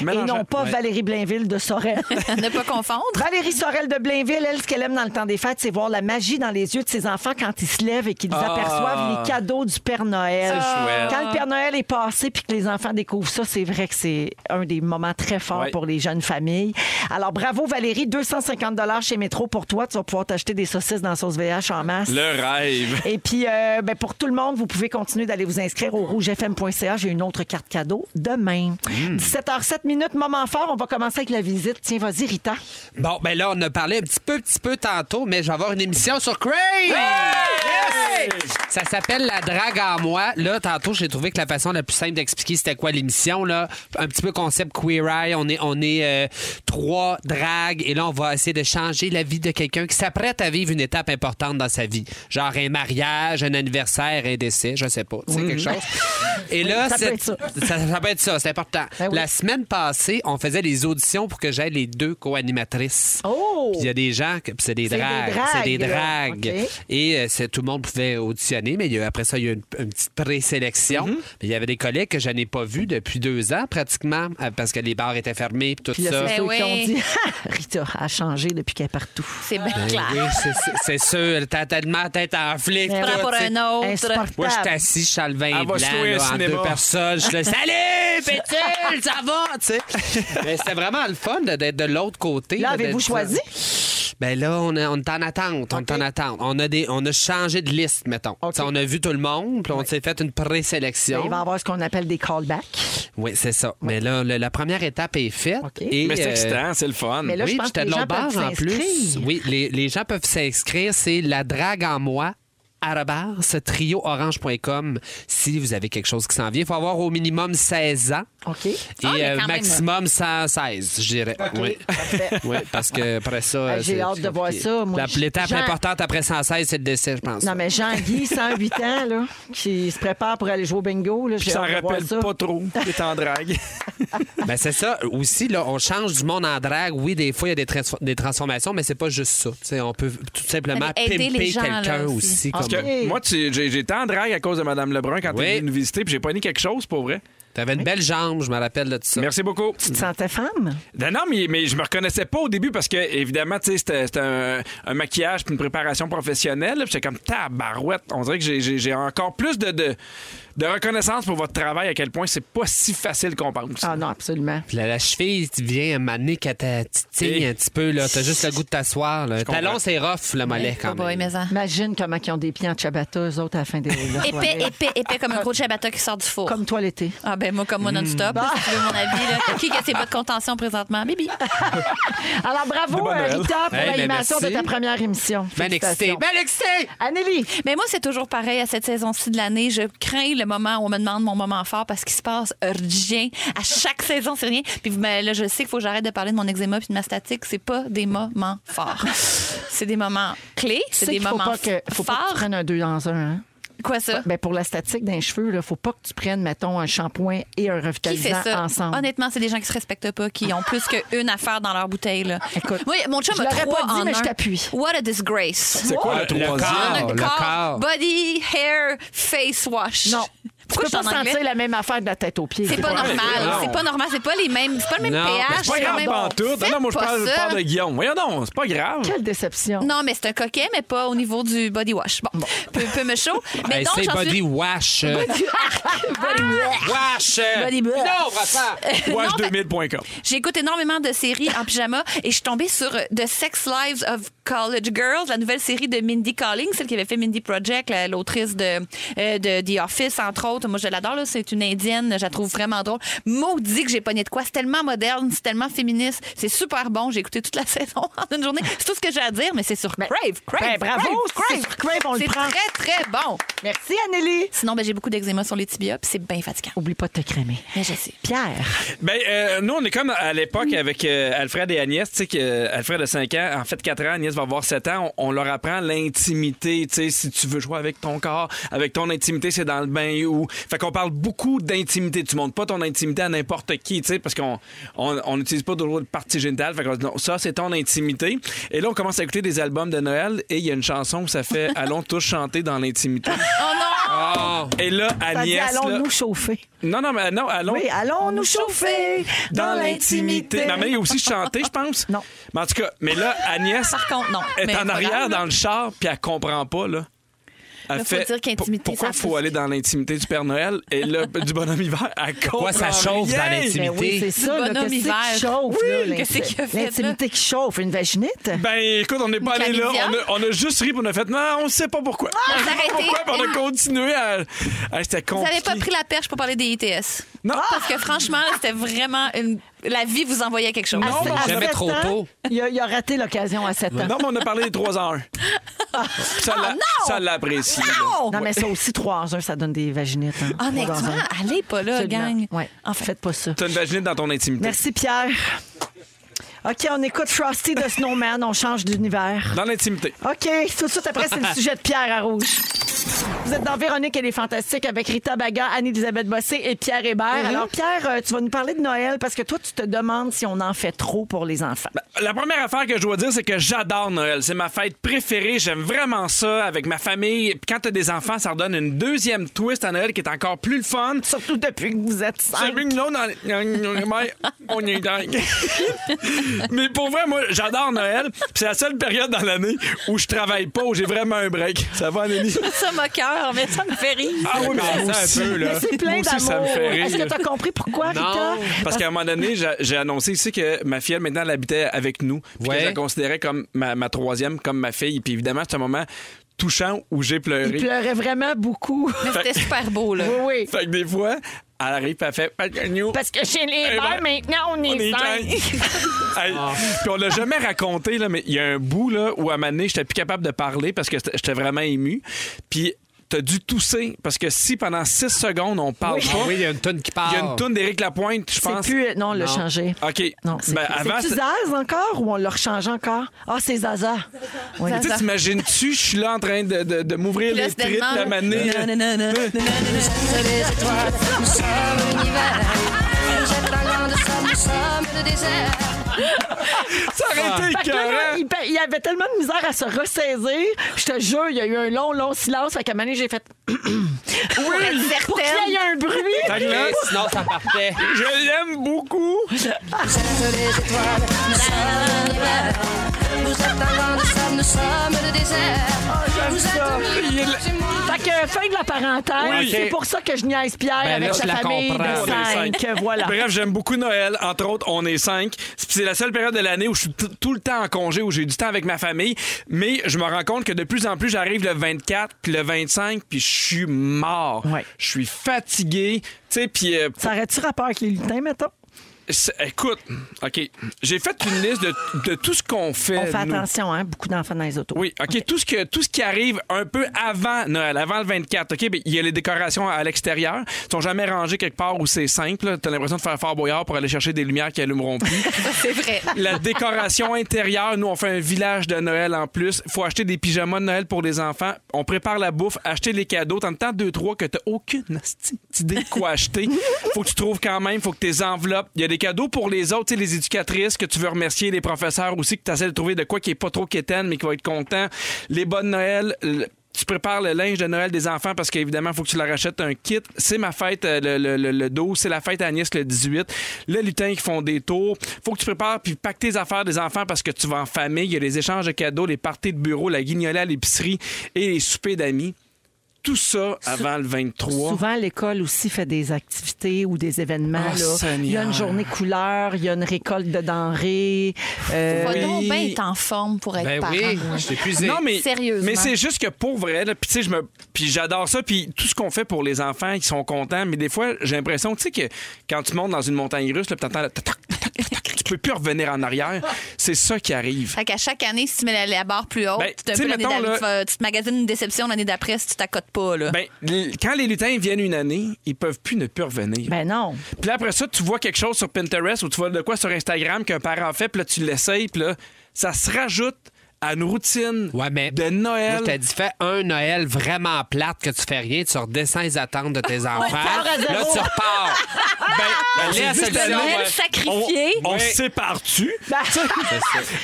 C: et
D: mélangeant.
C: non pas Valérie Blainville de Sorel.
B: [laughs] ne pas confondre.
C: Valérie Sorel de Blainville, elle, ce qu'elle aime dans le temps des fêtes, c'est voir la magie dans les yeux de ses enfants quand ils se lèvent et qu'ils aperçoivent les cadeaux du Père Noël.
D: Ah. chouette.
C: Quand le Père Noël est passé puis que les enfants découvrent ça, c'est vrai que c'est un des moments très forts
D: Ouais.
C: pour les jeunes familles. Alors, bravo Valérie, 250 chez Métro pour toi. Tu vas pouvoir t'acheter des saucisses dans sauce VH en masse.
D: Le rêve.
C: Et puis, euh, ben, pour tout le monde, vous pouvez continuer d'aller vous inscrire au rougefm.ca. J'ai une autre carte cadeau demain.
D: Hmm.
C: 17h07 minutes, moment fort. On va commencer avec la visite. Tiens, vas-y, Rita.
A: Bon, ben là, on a parlé un petit peu, petit peu tantôt, mais je vais avoir une émission sur Crave! Yes! Ça s'appelle La drague à moi. Là, tantôt, j'ai trouvé que la façon la plus simple d'expliquer c'était quoi l'émission, là, un petit peu concept queer eye. On est, on est euh, trois dragues et là, on va essayer de changer la vie de quelqu'un qui s'apprête à vivre une étape importante dans sa vie. Genre un mariage, un anniversaire, un décès, je sais pas. Tu sais, quelque
D: Hmm.
A: chose. Et là,
C: ça peut
A: c'est-
C: être ça. Ben
A: ça, ça peut être ça, c'est important. La semaine passée, on faisait les auditions pour que j'aille les deux co-animatrices.
C: Oh!
A: Puis il y a des gens, que- puis c'est des
C: C'est des
A: dragues. C'est des
C: dragues,
A: dragues.
C: ok.
A: Et euh, c'est- tout le monde pouvait auditionner, mais il y a- après ça, il y a eu une, une petite présélection.
C: Mm-hmm.
A: Mais Il y avait des collègues que je n'ai pas vus depuis deux ans, pratiquement, euh, parce que les bars étaient fermés et tout
C: Puis là,
A: ça.
C: c'est
B: Ben
C: ceux qui ont
B: oui.
C: dit [laughs] Rita a changé depuis qu'elle est partout.
B: C'est bien
A: Ben
B: clair.
A: oui, c'est- c'est- c'est sûr, t'as tellement la tête enflée.
C: Ben
A: tout,
B: Prends pour
A: tu sais.
B: un autre.
C: Insupportable.
A: Moi, je suis assis, je suis en le vin
D: Elle va
A: blanc,
D: se louer
A: là,
D: un
A: en
D: cinéma.
A: deux personnes. Je suis là,
C: [laughs]
A: salut, Pétule, ça va, tu sais. Mais c'était vraiment le fun de- d'être de l'autre côté.
C: Là,
A: de-
C: avez-vous
A: de-
C: choisi?
A: Ben là, on, a- on est en attente, on est en attente. On a, des, on a changé de liste, mettons.
C: OK.
A: Tu sais, On a vu tout le monde, puis on s'est fait une
C: Ben,
A: présélection.
C: il va y avoir ce qu'on appelle des callbacks.
A: Oui, c'est ça. Mais là, le- la première étape est faite.
C: OK.
A: Et,
D: Mais c'est
A: euh,
D: excitant, c'est le fun.
C: mais là, je
A: oui,
C: pense
A: j'étais
C: que
A: de
C: les gens
A: l'autre bord,
C: peuvent
A: en plus.
C: s'inscrire.
A: Oui, les, les gens peuvent s'inscrire. C'est la drague en moi arrobas trioorange.com si vous avez quelque chose qui s'en vient. Il faut avoir au minimum 16 ans
C: OK.
A: et euh,
B: Ah, mais quand même.
A: maximum 116, je dirais. Oui. [laughs] Oui, parce que après ça...
C: Ah, j'ai
A: c'est
C: hâte de voir
A: compliqué.
C: ça, moi.
A: La- L'étape
C: Jean-
A: importante après 116, c'est le décès, je pense.
C: Non, mais Jean-Guy, 108 ans, là, qui se prépare pour aller jouer au bingo. Là,
D: Je
C: j'ai
D: s'en
C: hâte de voir
D: rappelle
C: ça.
D: pas trop. Il est en drague.
A: Ben, c'est ça. Aussi, là, on change du monde en drague. Oui, des fois, il y a des, trans- des transformations, mais c'est pas juste ça. Tu sais, on peut tout simplement
B: Mais aider les
A: pimper
B: gens, là,
A: quelqu'un
B: aussi.
A: aussi.
C: Ah,
A: comme...
C: parce
D: Que moi, tu- j'ai- j'étais en drague à cause de Mme Lebrun quand
A: Oui.
D: elle est venue nous visiter, puis j'ai pogné quelque chose pour vrai.
A: T'avais une belle jambe, je me rappelle de ça.
D: Merci beaucoup.
C: [laughs]
D: Ben
C: Tu te sentais femme?
D: Non, non, mais, mais je me reconnaissais pas au début parce que, évidemment, tu sais, c'était c'était un, un maquillage puis une préparation professionnelle. Puis j'étais comme tabarouette. On dirait que j'ai- j'ai j'ai encore plus de, de, de reconnaissance pour votre travail, à quel point c'est pas si facile qu'on pense.
C: Ah non, absolument.
A: Puis la, la cheville, tu viens m'amener qu'à ta titille
D: Et-
A: un petit peu. là. T'as juste le goût de t'asseoir. là. Le
D: comprends.
A: talon, c'est rough, le mollet, quand
B: Oh boy,
A: même.
B: mais en-
C: Imagine comment ils ont des pieds en ciabatta, eux autres, à la fin des
B: [laughs]
C: leur
B: Épais,
C: soirée.
B: épais, épais comme un gros ciabatta qui sort du four.
C: Comme toi l'été.
B: Ah ben moi comme moi
D: Mm.
B: non-stop, là, si tu veux mon avis. Là.
D: [laughs]
B: Qui a ses bottes de contention présentement? Bibi.
C: Alors,
D: De
C: bravo,
D: bonne
C: euh,
D: Noël.
C: Rita, pour
A: Hey, ben,
C: l'animation de
A: merci.
C: ta première émission.
A: Ben excité,
C: Félicitations.
A: ben excité!
C: Anneli,
B: Mais moi, c'est toujours pareil à cette saison-ci de l'année. Je crains le moment où on me demande mon moment fort parce qu'il se passe rien. À chaque saison, c'est rien. Puis ben, là, je sais qu'il faut que j'arrête de parler de mon eczéma puis de ma statique. C'est pas des moments
C: [laughs]
B: forts. C'est des moments clés.
C: tu
B: C'est
C: sais
B: des
C: qu'il faut
B: moments
C: pas que, faut pas que tu
B: forts.
C: prennes un deux dans un. Hein?
B: Quoi ça?
C: Ben, pour la statique d'un cheveu, il faut pas que tu prennes, mettons, un shampoing et un
B: Qui fait
C: revitalisant
B: ça?
C: ensemble.
B: Honnêtement, c'est des gens qui se respectent pas, qui ont plus qu'une affaire dans leur bouteille. Là.
C: Écoute,
B: oui, mon chum
C: je
B: a
C: l'aurais
B: trois
C: pas dit,
B: en
C: mais je
B: un.
C: t'appuie.
B: What a disgrace.
D: C'est quoi le
A: Le- le
D: troisième?
A: corps. Ah, le corps.
B: body, hair, face wash.
C: Non.
B: Pourquoi
C: tu
B: je
C: peux
B: suis en
C: pas
B: anglais?
C: sentir la même affaire de la tête aux pieds.
B: C'est pas
D: Ouais,
B: normal.
D: non.
B: C'est pas normal. C'est pas les mêmes. C'est pas le même
A: Non, mais
B: pH.
D: C'est pas
B: le
D: grave
B: même-
D: en tout. Non,
B: Faites
D: non, moi, je
B: pas
D: parle, je
B: ça.
D: parle de Guillaume. Voyons donc, c'est pas grave.
C: Quelle déception.
B: Non, mais c'est un coquet, mais pas au niveau du body wash. Bon, peu, peu
D: [laughs]
B: me chaud. Mais
A: Hey,
B: donc,
A: c'est
B: j'en
A: body
B: suis...
A: wash. Ah! wash!
B: Body
A: non,
B: wash. [laughs]
A: Vincent!
B: Non, ben,
D: Wash2000.com.
B: J'écoute énormément de séries en pyjama et je suis tombée sur euh, The Sex Lives of College Girls, la nouvelle série de Mindy Calling, celle qui avait fait Mindy Project, la- l'autrice de, euh, de The Office, entre autres. Moi, je l'adore, là. c'est une Indienne, je la trouve vraiment drôle. Maudit que j'ai pogné de quoi. C'est tellement moderne, c'est tellement féministe, c'est super bon. J'ai écouté toute la [laughs] saison en une journée. C'est tout ce que j'ai à dire, mais c'est sur Crave. Crave,
C: ben, bravo, c'est
B: Crave,
C: sur Crave, on le
B: C'est
C: prend.
B: très, très bon.
C: Merci, Anneli.
B: Sinon, ben, j'ai beaucoup d'eczéma sur les tibias, puis c'est bien fatigant.
C: Oublie pas de te crémer.
B: Mais je sais.
C: Pierre.
D: Ben, euh, nous, on est comme à l'époque
C: Mm.
D: avec euh, Alfred et Agnès. Tu sais que euh, Alfred a 5 ans, en fait 4 ans, Agnès va avoir 7 ans. On, on leur apprend l'intimité. Tu sais, si tu veux jouer avec ton corps, avec ton intimité, c'est dans le bain ou. Fait qu'on parle beaucoup d'intimité. Tu montres pas ton intimité à n'importe qui, tu sais, parce qu'on on on n'utilise pas toujours le partie génitale. Fait qu'on dit, non, ça, c'est ton intimité. Et là, on commence à écouter des albums de Noël et il y a une chanson où
C: [laughs]
D: ça fait Allons tous chanter dans l'intimité.
B: Oh non!
A: Oh.
D: Et là,
C: T'as Ah. dit,
D: Agnès. là-
C: allons-nous chauffer.
D: Non, non, mais non, allons.
C: Oui, allons-nous chauffer dans l'intimité.
D: Non, mais il a aussi chanté, je pense.
C: Non.
D: Mais en tout cas, mais là, Agnès
B: Par contre, non.
D: est
B: Mais
D: en
B: pas
D: arrière
B: grave, là.
D: dans le char, puis elle comprend pas, là. Elle
B: Là, faut dire qu'intimité,
D: Pourquoi
B: ça
D: faut
B: peut-
D: aller dans l'intimité du Père Noël et là,
B: [laughs]
D: du bonhomme hiver? Elle
A: Pourquoi ça
D: comprend
A: chauffe dans
D: rien.
A: l'intimité?
C: Ben oui, c'est ça, là,
B: bonhomme
C: qu'est-ce qui
B: hiver.
C: chauffe,
B: Oui,
C: là,
B: qu'est-ce qu'il a fait, là?
C: L'intimité qui chauffe, une vaginite?
D: Ben écoute, on n'est pas
B: Une
D: allé là.
B: chlamydia?
D: On a, on a juste ri, puis on a fait, non, on sait pas pourquoi.
B: On s'est arrêté.
D: Pourquoi? Puis on a continué à. à- C'était
B: Ah, Vous
D: compliqué.
B: n'avez pas pris la perche pour parler des ITS.
D: Non.
B: Parce que franchement, c'était vraiment une, la vie vous envoyait quelque chose.
C: Non,
B: Ah,
C: mais en
A: Jamais
C: sept
A: trop
C: ans,
A: tôt.
C: Il a, il a raté l'occasion à 7 ans.
D: Non, mais on a parlé des 3
B: [laughs]
D: heures.
B: Ah.
D: Ça, l'a- ça l'apprécie. là.
C: Non, mais ça aussi, 3 heures, ça donne des vaginites. hein.
B: Ah, mais
C: Trois
B: toi,
C: heures.
B: allez pas là, gang.
C: Ouais.
B: En fait,
C: Faites pas ça.
D: T'as une vaginite dans ton intimité.
C: Merci, Pierre. OK, on écoute Frosty de Snowman. On change d'univers.
D: Dans l'intimité.
C: OK, tout de suite après, c'est
D: [laughs]
C: le sujet de Pierre à rouge. Vous êtes dans Véronique, elle est fantastique avec Rita Baga, Anne-Elisabeth Bossé et Pierre Hébert.
D: Mm-hmm.
C: Alors, Pierre, euh, tu vas nous parler de Noël parce que toi, tu te demandes si on en fait trop pour les enfants.
D: La première affaire que je dois dire, c'est que j'adore Noël. C'est ma fête préférée. J'aime vraiment ça avec ma famille. Puis Quand t'as des enfants, ça redonne une deuxième twist à Noël qui est encore plus le fun.
C: Surtout depuis que vous êtes
D: Ça
C: cinq.
D: bring l'eau dans les- Mais on est dingue. [laughs] Mais pour vrai, moi, j'adore Noël. Puis C'est la seule période dans l'année où je travaille pas, où j'ai vraiment un break. Ça va, Anélie?
B: ça moqueur, mais ça me fait rire.
D: Ah oui, mais
A: moi
D: ça
A: aussi.
D: un peu, là.
C: Mais c'est plein
D: euh, Moi aussi, ça me
C: d'amour.
D: fait rire.
C: Est-ce que tu as compris pourquoi,
A: Non.
C: Rita?
D: Parce qu'à un moment donné, j'a- j'ai annoncé ici que ma fille, elle, maintenant, elle habitait avec nous. Puis
A: Ouais.
D: que je la considérais comme ma, ma troisième, comme ma fille. Puis évidemment, c'est un moment touchant où j'ai pleuré.
C: Il pleurait vraiment beaucoup.
B: Mais c'était super beau, là.
C: oui, oui.
D: Fait que des fois, elle arrive, puis elle fait... Pat- Agnew.
C: Parce que chez les
D: Eh ben,
C: Hébert, maintenant, on est,
D: On est
C: cinq.
D: dingue.
C: [laughs]
D: Hey, Puis on l'a jamais raconté, là, mais il y a un bout là, où à un moment donné, j'étais plus capable de parler parce que j'étais j'étais vraiment ému. Puis t'as dû tousser parce que si pendant 6 secondes on parle
A: Ah
D: pas,
A: oui, il y a une tonne qui part.
D: il y a une toune d'Éric Lapointe, je
C: C'est
D: pense.
C: plus... euh, Non, on l'a
A: Non.
C: changé.
D: OK.
C: Non, c'est
D: Ben,
C: plus-
D: avant,
C: C'est-tu
D: c'est-
C: Zaz encore ou on l'a rechangé encore? Ah, c'est Zaza. Oui.
D: Tu sais, t'imagines-tu, je suis là en train de, de- de m'ouvrir
B: Puis là,
D: les
B: c'est
D: tripes la
B: tellement-
D: manée.
B: Nanana, nanana,
D: Ça aurait été
C: Fait que là, là,
D: écœurant.
C: il, pa- il avait tellement de misère à se ressaisir. Je te jure, il y a eu un long, long silence. Fait qu'à un moment donné, j'ai fait... [clears throat] oui, pour qu'il y ait un
A: Fait
C: bruit.
A: que là, sinon, ça partait.
D: Je l'aime beaucoup. Il est là-
A: Ah.
C: Fait que fin de la parenthèse.
A: Oui.
C: C'est pour ça que je niaise Pierre
A: Ben
C: avec
A: là,
C: sa
A: je la
C: famille
A: comprends.
C: de
A: On est
C: cinq.
D: cinq.
C: [laughs] Voilà.
D: Bref, j'aime beaucoup Noël. Entre autres, on est cinq. C'est c'est la seule période de l'année où je suis t- tout le temps en congé, où j'ai du temps avec ma famille. Mais je me rends compte que de plus en plus, j'arrive le 24, puis le 25, puis je suis mort.
C: Ouais.
D: Je suis fatigué. Tu sais, puis euh,
C: Ça aurait-tu rapport avec les lutins, mettons?
D: c'est- écoute, OK, j'ai fait une liste de, de tout ce qu'on fait.
C: On
A: Euh,
C: fait
D: nous.
C: attention, hein? Beaucoup d'enfants dans les autos.
D: Oui, OK. Tout, ce que, tout ce qui arrive un peu avant Noël, avant le 24, OK? ben, Il y a les décorations à l'extérieur. Ils sont jamais rangées quelque part où c'est simple. là. T'as l'impression de faire fort boyard pour aller chercher des lumières qui allumeront plus.
B: C'est vrai.
D: La décoration intérieure, nous, on fait un village de Noël en plus. faut acheter des pyjamas de Noël pour les enfants. On prépare la bouffe, acheter les cadeaux. T'en temps deux, trois que t'as aucune asti idée de quoi acheter. Faut que tu trouves quand même, faut que tes enveloppes. Il y a des cadeaux pour les autres, tu sais, les éducatrices que tu veux remercier, les professeurs aussi, que t'essaies de trouver de quoi qui est pas trop quétaine, mais qui va être content. Les bonnes Noël. le- tu prépares le linge de Noël des enfants parce qu'évidemment, il faut que tu leur achètes un kit. C'est ma fête euh, le, le, le- le 12, c'est la fête à Nice le 18. Le lutin qui font des tours. faut que tu prépares puis pack tes affaires des enfants parce que tu vas en famille. Il y a les échanges de cadeaux, les parties de bureau, la guignolée à l'épicerie et les soupers d'amis. Tout ça avant le 23.
C: Souvent, l'école aussi fait des activités ou des événements.
D: Ah,
C: là.
D: Seigneur.
C: Il y a une journée couleur, il y a une récolte de denrées. Euh,
B: Faut
D: Oui.
B: donc bien être en forme pour être
A: Ben
B: parent. hein.
A: oui, je t'ai épuisé.
D: Non, mais,
B: Sérieusement.
D: mais c'est juste que pour vrai, là, puis tu sais, je me- puis j'adore ça, puis tout ce qu'on fait pour les enfants, ils sont contents, mais des fois, j'ai l'impression, tu sais, que quand tu montes dans une montagne russe, là, puis t'entends le tac, tac, tac, tac, tac, tu peux plus revenir en arrière. C'est ça qui arrive.
B: Fait qu'à chaque année, si tu mets la, la barre plus haute,
D: Ben,
B: tu,
D: tu sais, mettons, là-
B: tu te magasines une déception l'année d'après si tu t'accotes pas. Là.
D: Ben, l- quand les lutins viennent une année, ils peuvent plus ne plus revenir.
C: Ben
D: [laughs]
C: non.
D: Puis là, après ça, tu vois quelque chose sur Pinterest ou tu vois de quoi sur Instagram qu'un parent fait, puis là, tu l'essayes, puis là, ça se rajoute à une routine
A: Ouais, mais
D: de Noël.
A: Moi, je t'ai dit, fais un Noël vraiment plate que tu fais rien, tu redescends les attentes de tes enfants.
C: part à zéro.
A: là, tu
B: [laughs]
A: repars. ben,
D: c'est
A: la
D: juste
A: solution,
D: la
B: Noël
A: ouais.
B: sacrifié.
D: on
A: Ouais.
D: se sépare-tu?
C: Ben-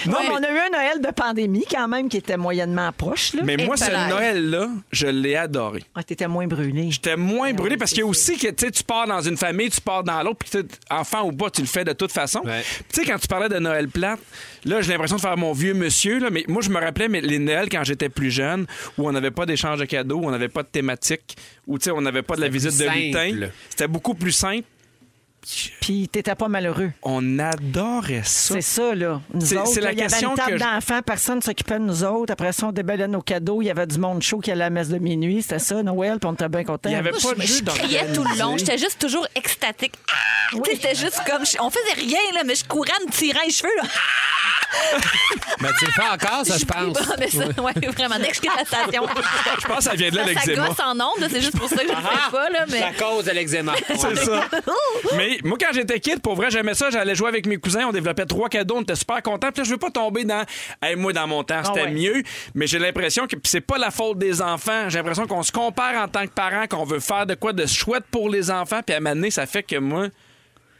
C: non,
D: mais-
C: mais on a eu un Noël de pandémie quand même qui était moyennement proche. Là.
D: Mais moi, ce
B: Épeler.
D: Noël-là, je l'ai adoré.
C: Ah, T'étais moins brûlé.
D: J'étais
B: Ben
D: moins brûlé parce qu'il y a aussi que tu sais, tu pars dans une famille, tu pars dans l'autre, puis tu sais, enfant ou pas, tu le fais de toute façon.
A: Ouais.
D: Puis Tu sais, quand tu parlais de Noël plate, là, j'ai l'impression de faire mon vieux monsieur, là, mais moi, je me rappelais mais les Noëls quand j'étais plus jeune, où on n'avait pas d'échange de cadeaux, où on n'avait pas de thématique, où tu sais, on n'avait pas de la visite de
A: plus
D: lutin.
A: simple.
D: C'était beaucoup plus simple.
C: Puis t'étais pas malheureux.
D: On adorait ça.
C: C'est ça, là. Nous
D: C'est-
C: autres,
D: c'est la
C: là, il y avait
D: question
C: une table
D: que je-
C: d'enfants, personne ne s'occupait de nous autres. Après ça, on déballait nos cadeaux. Il y avait du monde chaud qui allait à la messe de minuit. C'était ça, Noël, puis on était bien contents.
D: Il y avait pas de
B: Je
D: jeu
B: criais tout le long.
D: d'organiser.
B: J'étais juste toujours extatique. Ah! Tu sais, C'était juste comme. je- On faisait rien, là, mais je courais en me tirant les cheveux. Là. Ah!
A: Mais tu le fais encore, ça, je pense.
B: Ah, mais ça, ouais, vraiment, dès que je quitte
D: [laughs]
B: la station.
D: Je pense que ça vient de là, Ah,
B: ça, ça
D: l'eczéma.
B: gosse en ondes, là, c'est juste pour ça que je ne le fais pas. Là, mais...
A: La Ah! cause de
C: [laughs]
A: l'eczéma.
D: C'est ça. Mais moi, quand j'étais kid, pour vrai, j'aimais ça. J'allais jouer avec mes cousins. On développait trois cadeaux. On était super contents. Puis là, je veux pas tomber dans. Hey, moi, dans mon temps, c'était
C: Ah ouais.
D: mieux. Mais j'ai l'impression que. Puis c'est pas la faute des enfants. J'ai l'impression qu'on se compare en tant que parents, qu'on veut faire de quoi de chouette pour les enfants. Puis à un moment donné, ça fait que moi,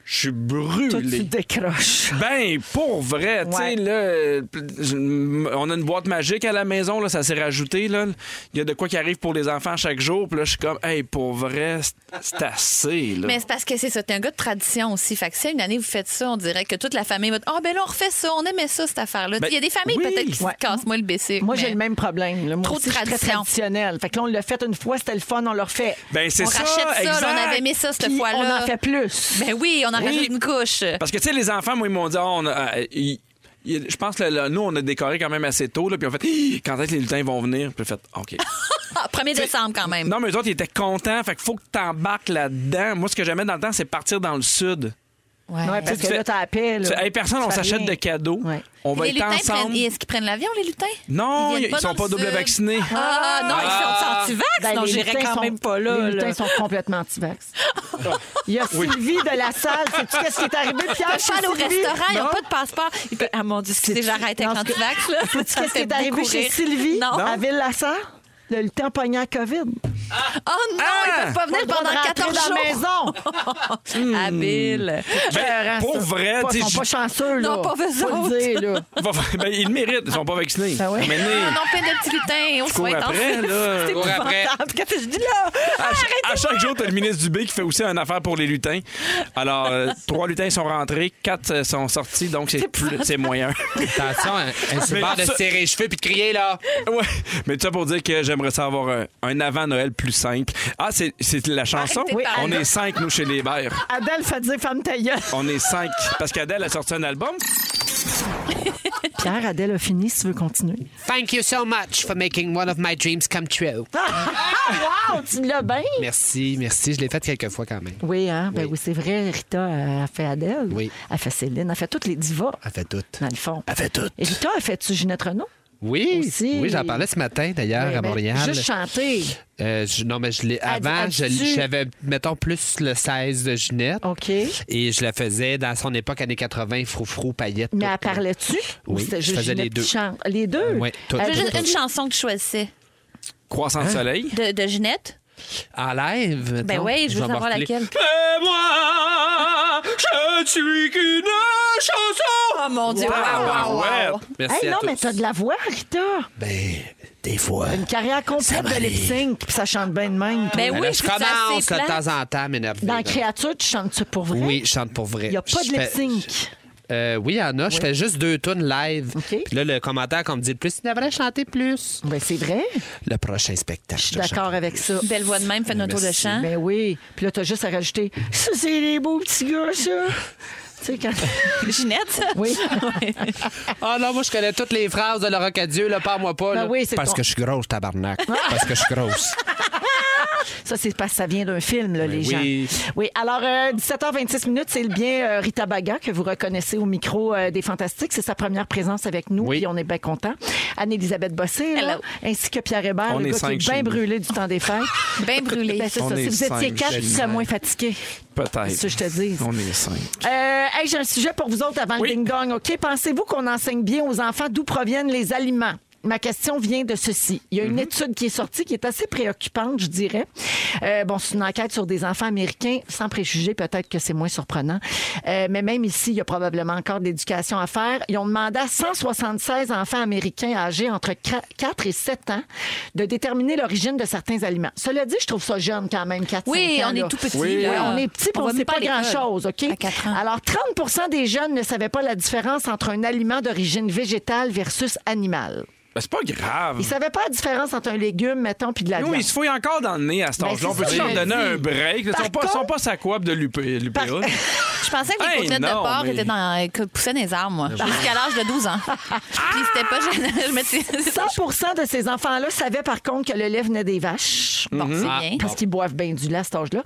D: je suis
C: Toi, tu
D: brûlé.
C: décroches.
D: Ben, pour vrai, tu sais,
C: Ouais.
D: là, euh, je- on a une boîte magique à la maison, là, ça s'est rajouté, là. Il y a de quoi qui arrive pour les enfants chaque jour, puis là, je suis comme, hey, pour vrai, c'est- c'est assez, là.
B: Mais c'est parce que c'est ça. T'es un gars de tradition aussi. Fait que si une année vous faites ça, on dirait que toute la famille va dire Ah, ben là, on refait ça, on aimait ça, cette affaire-là.
D: Ben,
B: Il y a des familles
D: oui.
B: peut-être qui se
C: Ouais.
B: cassent, moi, le bessic.
C: Moi,
B: mais
C: j'ai le même problème. là. Moi
B: Trop
C: aussi,
B: de
C: je suis très
B: tradition.
C: traditionnelle. Fait que là, on l'a fait une fois, c'était le fun, on le refait.
D: Ben, c'est
B: On
D: ça.
B: rachète ça,
D: exact.
B: là, on avait aimé ça, cette
C: Puis,
B: fois-là.
C: on en fait plus.
B: Ben oui, on en rajoute une couche.
D: Parce que, tu sais, les enfants, moi, ils m'ont dit, Ah, on a- euh, ils- ils- je pense que là, nous, on a décoré quand même assez tôt, là, puis on fait, Hi, quand est-ce que les lutins vont venir? Puis j'ai fait,
B: [laughs]
D: OK.
B: Ah, 1er décembre, quand même.
D: non, mais eux autres, ils étaient contents, fait qu'il faut que t'embarques là-dedans. Moi, ce que j'aimais dans le temps, c'est partir dans le sud.
B: Ouais.
C: Ouais, parce
D: Tu
C: que
D: fais-
C: là, t'as la paix.
D: Tu
C: là.
D: sais, hey, personne,
C: Tu
D: on
C: fais
D: s'achète
C: rien.
D: de cadeaux.
C: Ouais.
D: ben, On va
B: les
D: être
B: lutins
D: ensemble.
B: prennent. Est-ce qu'ils prennent l'avion, les lutins?
D: Non,
B: viennent
D: ils sont
B: dans
D: pas
B: le
D: double
B: sud. [laughs]
D: vaccinés. Ben,
B: Ah, non,
D: Ah.
B: ils sont anti-vax,
C: Ben,
B: donc
C: les
B: j'irais
C: lutins
B: quand
C: sont-
B: même pas là.
C: Les
B: là.
C: lutins sont complètement
B: [laughs]
C: anti-vax. Il y a Sylvie de la salle. Sais-tu qu'est-ce qui est arrivé, Pierre? chez
B: Je suis allée au
C: Sylvie?
B: restaurant, ils n'ont
C: Non.
B: pas de passeport. Ils peuvent- Ah mon Dieu, excusez, j'arrête avec
C: Non, ce que-
B: l'antivax. là.
C: Sais-tu
B: Ça me
C: qu'est-ce qui
B: fait
C: est arrivé
B: beaucoup
C: chez
B: rire.
C: Sylvie
B: Non.
C: à Ville-la-Salle? Le lutin pogné à COVID.
B: Oh non, ils
D: Ah!
B: ne peuvent pas venir
C: Pas de
B: pendant
C: rentrer
B: 14
C: dans la
B: jours.
C: maison.
B: [laughs]
C: Hmm.
B: Habile. [laughs]
D: Ben, pour vrai,
C: Pas-
D: tu
C: Ils
D: sais,
C: sont pas chanceux, là.
B: Non, pas eux
C: Faut le
B: autres.
C: dire,
B: [laughs]
C: là.
D: je- ben, ils le méritent, ils sont pas vaccinés.
C: Ah ouais?
D: Mais
B: Ah non, plein de petits lutins, on hein.
D: cours
B: souhaite
D: après,
B: [laughs]
D: là.
A: Cours après.
E: je dis là?
D: À, à chaque jour, t'as le ministre Dubé qui fait aussi une affaire pour les lutins. Alors,
C: [laughs]
D: euh, trois lutins sont rentrés, quatre euh, sont sortis, donc c'est plus- c'est moyen.
A: Attention, elle- elle se
D: Mais
A: barre de
D: ça-
A: se tirer les cheveux puis de crier, là.
D: [laughs] ouais. Mais tout ça pour dire que j'aimerais ça avoir un, un avant Noël plus simple. Ah, c'est- c'est la chanson?
B: Arrêtez par
D: On
B: là.
D: est cinq, nous, chez les Verts.
C: Adèle fait dire femme ta gueule.
D: On est cinq. Parce qu'Adèle a sorti un album.
C: Pierre, Adèle a fini, si tu veux continuer.
A: Thank you so much for making one of my dreams come true.
C: Ah, wow, tu l'as bien.
A: Merci, merci. Je l'ai fait quelques fois quand même.
C: Oui, hein? Ben oui, c'est vrai. Rita euh, a fait Adèle.
A: Oui.
C: Elle fait Céline. Elle fait toutes les divas,
A: Elle fait toutes.
C: dans le fond.
A: Elle fait toutes.
C: Et Rita, elle fait-tu Ginette Renaud?
A: Oui,
C: Aussi. ben,
A: oui, j'en parlais ce matin d'ailleurs à Montréal.
C: Juste chanter.
A: Euh, je- non, mais je l'ai. Avant, je
C: as-tu-
A: l'ai- j'avais, mettons, plus le 16 de Ginette.
C: OK.
A: Et je la faisais dans son époque, années 80, froufrou, paillettes.
C: Mais
A: tout.
C: elle parlait-tu? Ou
A: Oui,
C: c'était
A: je
C: juste
A: faisais les
C: Ginette
A: deux.
C: qui chante? Les deux?
A: Oui, tout,
C: Elle
A: tout,
C: faisait
A: tout.
B: Une chanson que je choisissais
D: Croissant de
C: Hein?
D: soleil.
B: de, de Ginette.
A: En live.
B: Ben
A: mettons.
B: oui, je veux
A: vais me
B: savoir
A: rappeler.
B: laquelle.
D: Et moi, je ne suis qu'une chanson.
B: Oh mon Dieu, wow, wow, wow.
A: Ah Merci
C: Hey,
A: à
C: non,
A: tous.
C: mais t'as de la voix, Rita.
A: Ben, des fois.
C: Une carrière complète de lip sync, puis ça chante bien de même. toi.
B: Ben
A: Ben
B: oui,
A: là,
B: je
A: je
B: trouve ça
A: commence
B: assez
A: là, de
B: plate.
A: temps en temps à m'énerver.
C: Dans
A: là.
C: Créature, tu chantes-tu pour vrai?
A: Oui, je chante pour vrai.
C: Il n'y a pas de
A: Je fais-
C: lip sync.
A: Euh, oui, il y en a. Je fais juste deux tunes live.
C: OK.
A: Puis là, le commentaire qu'on me dit le plus, il devrait chanter plus.
C: Ben, c'est vrai.
A: Le prochain spectacle.
C: Je suis d'accord avec ça.
B: Belle voix de même, fait notre tour de chant.
C: Ben oui. Puis là, t'as juste à rajouter Ça, c'est les beaux petits gars, ça. tu sais, quand.
B: [laughs] Ginette,
C: Oui.
A: Ah non, moi, je connais toutes les phrases de Laura Cadieux, là, parle-moi pas.
C: Ben
A: là.
C: oui, c'est
A: Parce
C: ton-
A: que je suis grosse, tabarnak. Parce que je suis grosse.
C: Ça, c'est parce que ça vient d'un film,
D: Ben
C: là, les
A: oui.
C: gens. Oui. Alors, euh, 17h26 minutes, c'est le bien euh, Rita Baga que vous reconnaissez au micro euh, des Fantastiques. C'est sa première présence avec nous,
A: Oui.
C: puis on est bien contents. Anne-Élisabeth Bossé, là,
B: Hello.
C: ainsi que Pierre Hébert,
D: On
C: le
D: est
C: gars qui
D: cinq
C: est bien
D: chez nous.
C: brûlé du temps des fêtes.
B: bien brûlée.
C: Ben, c'est
D: On
C: ça.
D: est
C: Si vous étiez
D: cinq
C: quatre,
D: chez
C: vous serez
D: nous.
C: moins fatigués.
D: Peut-être.
C: C'est ça que je te dis.
D: On est cinq.
C: Euh, hey, J'ai un sujet pour vous autres avant
D: Oui.
C: le ding-dong. OK? Pensez-vous qu'on enseigne bien aux enfants d'où proviennent les aliments? Ma question vient de ceci. Il y a une étude qui est sortie qui est assez préoccupante, je dirais. Euh, bon, c'est une enquête sur des enfants américains, sans préjugés, peut-être que c'est moins surprenant. Euh, mais même ici, il y a probablement encore de l'éducation à faire. Ils ont demandé à 176 enfants américains âgés entre 4 et 7 ans de déterminer l'origine de certains aliments. Cela dit, je trouve ça jeune quand même, 4
B: Oui,
C: cinq ans,
B: on est
C: là.
B: tout petit.
D: Oui.
C: Ouais,
B: là.
C: on est petit, puis on
B: va
C: ne sait
B: même
C: pas
B: à l'école.
C: grand-chose, OK?
B: À 4 ans.
C: Alors, 30 des jeunes ne savaient pas la différence entre un aliment d'origine végétale versus animale.
D: Ben, c'est pas grave.
B: Ah.
C: Ils savaient pas la différence entre un légume, mettons, puis de la
D: Oui,
C: viande.
D: ils se fouillent encore dans le nez à cet
C: Ben,
D: âge-là. On
C: c'est
D: peut
C: ça,
D: leur
C: je
D: donner
C: dis.
D: un break. Ils
C: Par
D: sont pas,
C: contre-
D: sont pas sa coop de l'upé- l'upéra.
B: Je pensais que les
D: Hey,
B: côtelettes
D: non,
B: de porc
D: mais-
B: étaient dans, euh, que poussaient des arbres, moi. Ben Jusqu'à l'âge de 12 ans. Puis c'était pas gênant. [laughs] Je me suis-
C: 100 de ces enfants-là savaient par contre que le lait venait des vaches.
B: Bon,
A: Ah.
B: c'est bien.
C: Parce qu'ils boivent bien du lait à cet âge-là.